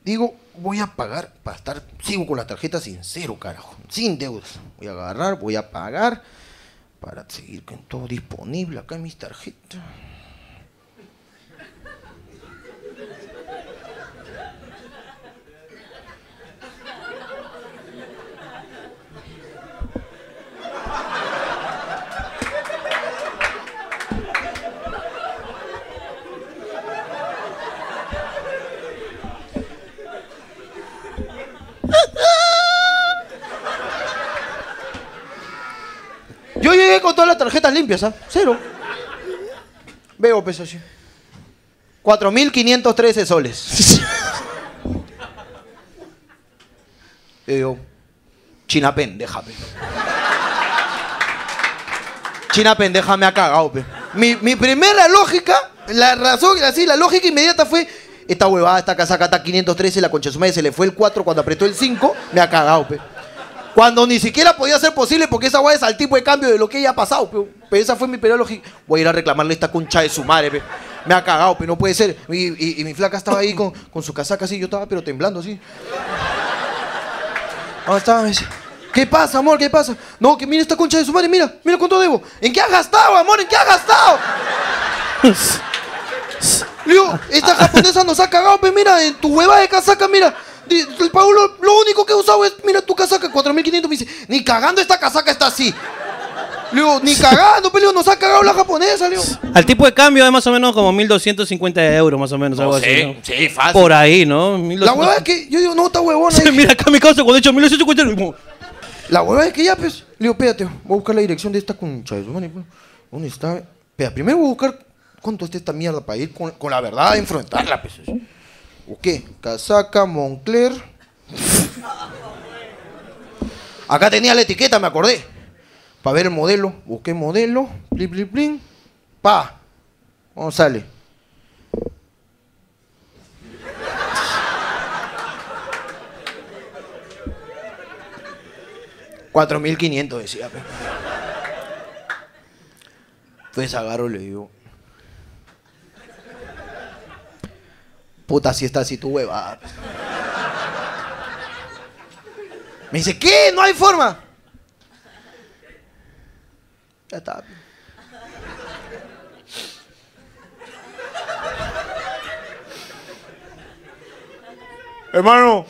B: Digo, voy a pagar para estar, sigo con la tarjeta sin cero, carajo, sin deudas. Voy a agarrar, voy a pagar para seguir con todo disponible acá en mis tarjetas. Yo llegué con todas las tarjetas limpias, ¿ah? Cero. Veo, peso así. 4.513 soles. Y yo, China Pen, déjame. China Pen, déjame ha cagado, pe. Mi, mi primera lógica, la razón, así, la lógica inmediata fue: esta huevada, esta casaca está 513, la concha de su madre se le fue el 4 cuando apretó el 5, me ha cagado, pe. Cuando ni siquiera podía ser posible porque esa guay es al tipo de cambio de lo que ya ha pasado, pe. Pero esa fue mi primera lógica. Voy a ir a reclamarle esta concha de su madre, pe. Me ha cagado, pero no puede ser. Y, y- y mi flaca estaba ahí con, con su casaca así, yo estaba pero temblando así. Ah, estaba, me decía, ¿Qué pasa, amor? ¿Qué pasa? No, que mira esta concha de su madre, mira, mira cuánto debo. ¿En qué has gastado, amor? ¿En qué has gastado? Le digo, esta japonesa nos ha cagado, pe, mira, en tu hueva de casaca, mira. Di- El Paulo, lo único que he usado es, mira tu casaca, 4.500. Me dice, ni cagando esta casaca está así. Le digo, ni cagando, pe, le digo, nos ha cagado la japonesa, le digo.
A: Al tipo de cambio es más o menos como 1250 euros, más o menos, algo así. ¿no?
C: sí, fácil.
A: Por ahí, ¿no? 1200.
B: La hueva es que, yo digo, no, está huevona.
A: Sí,
B: dije.
A: Mira acá mi casa, cuando he hecho 1850 euros.
B: La hueva es que ya, pues. Le digo, espérate, voy a buscar la dirección de esta concha de su madre, pues. ¿Dónde está? Espera, primero voy a buscar ¿Cuánto está esta mierda para ir con, con la verdad a enfrentarla? Pues? ¿O qué? Casaca, Moncler. Acá tenía la etiqueta, me acordé. Para ver el modelo. Busqué modelo. Plin, plin, plin. Pa. ¿Cómo sale? $4,500 decía. pe. Entonces agarro y le digo. Puta, si está así tu huevada. pe". Me dice, ¿qué? No hay forma. Ya está. pe. Hermano.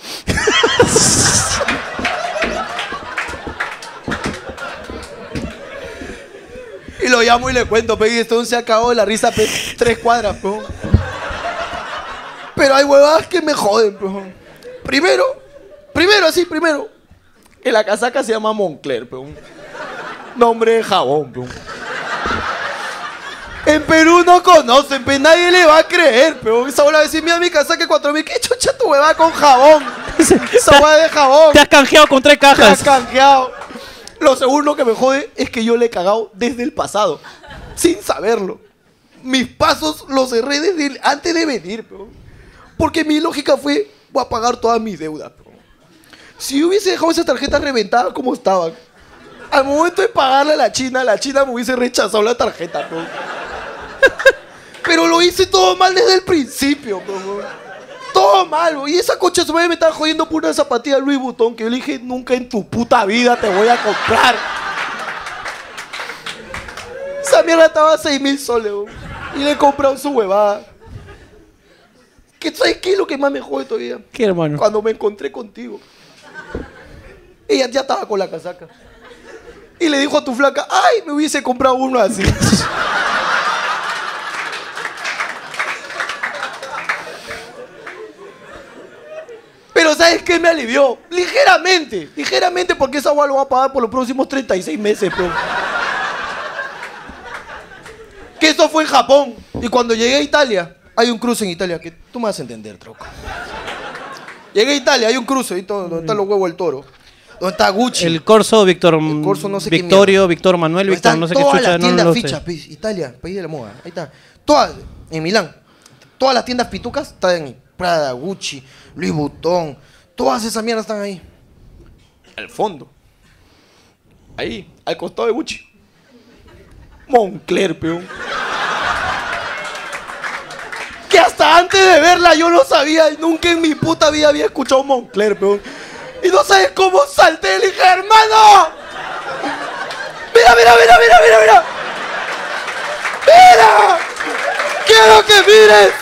B: Y lo llamo y le cuento, pe, y esto se acabó de la risa, pe, tres cuadras, pe. Pero hay huevadas que me joden, pe. Primero, primero, así, primero, que la casaca se llama Moncler, pe. Nombre de jabón, pe. En Perú no conocen, pe, nadie le va a creer, pe. Esa bola va a decir, mira mi casaca 4000, ¿qué chucha tu huevada con jabón? Esa huevada de jabón.
A: Te has canjeado con tres
B: Te has
A: cajas.
B: canjeado. Lo segundo que me jode es que yo le he cagado desde el pasado, sin saberlo. Mis pasos los erré desde el- antes de venir, pe. porque mi lógica fue, voy a pagar todas mis deudas. pe. Si hubiese dejado esas tarjetas reventadas como estaban, al momento de pagarle a la China, la China me hubiese rechazado la tarjeta. pe. Pero lo hice todo mal desde el principio, pe. Todo mal, bo. y esa concha de su madre me estaba jodiendo por una zapatilla Louis Vuitton que yo le dije, nunca en tu puta vida te voy a comprar. Esa mierda estaba a 6 mil soles, bo. y le he comprado su huevada. ¿Qué, ¿Sabes qué es lo que más me jode todavía?
A: ¿Qué, hermano?
B: Cuando me encontré contigo. Ella ya estaba con la casaca. Y le dijo a tu flaca, ay, me hubiese comprado uno así. Pero ¿sabes qué me alivió? Ligeramente, ligeramente porque esa agua lo va a pagar por los próximos 36 meses, pero... Que eso fue en Japón. Y cuando llegué a Italia, hay un cruce en Italia que tú me vas a entender, troco. Llegué a Italia, hay un cruce, ahí todo- donde están los huevos del toro. Donde está Gucci.
A: El Corso, Víctor.
B: El Corso no sé qué
A: Victorio, Víctor Manuel,
B: Ahí
A: Víctor,
B: están
A: no sé qué
B: todas
A: chucha,
B: las
A: no
B: tiendas
A: lo
B: fichas,
A: sé.
B: pues, Italia, país de la moda. Ahí está. Todas, en Milán. Todas las tiendas pitucas están en Prada, Gucci, Louis Vuitton. Todas esas mierdas están ahí. Al fondo. Ahí, al costado de Gucci. Moncler, peón. Que hasta antes de verla yo no sabía, y nunca en mi puta vida había escuchado Moncler, peón. Y no sabes cómo salté, le dije, hermano. Mira, mira, mira, mira, mira, mira. Mira. Quiero que mires.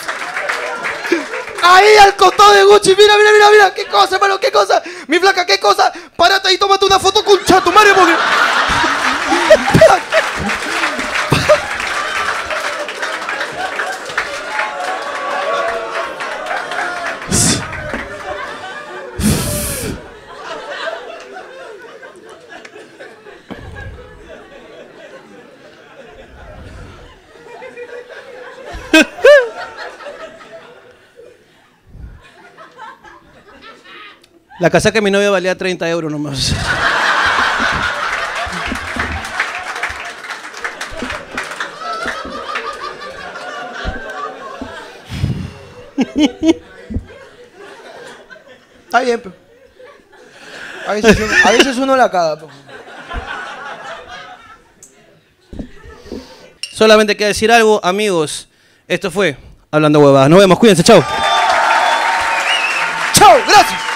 B: Ahí al costado de Gucci, mira, mira, mira, mira, qué cosa, hermano, qué cosa, mi flaca, qué cosa, párate y tómate una foto con Chatumare porque...
A: La casaca de mi novia valía 30 euros nomás.
B: Está bien, pero. A veces uno, a veces uno la caga, pero.
A: Solamente queda decir algo, amigos. Esto fue Hablando Huevadas. Nos vemos, cuídense, chao.
B: ¡Chao! ¡Gracias!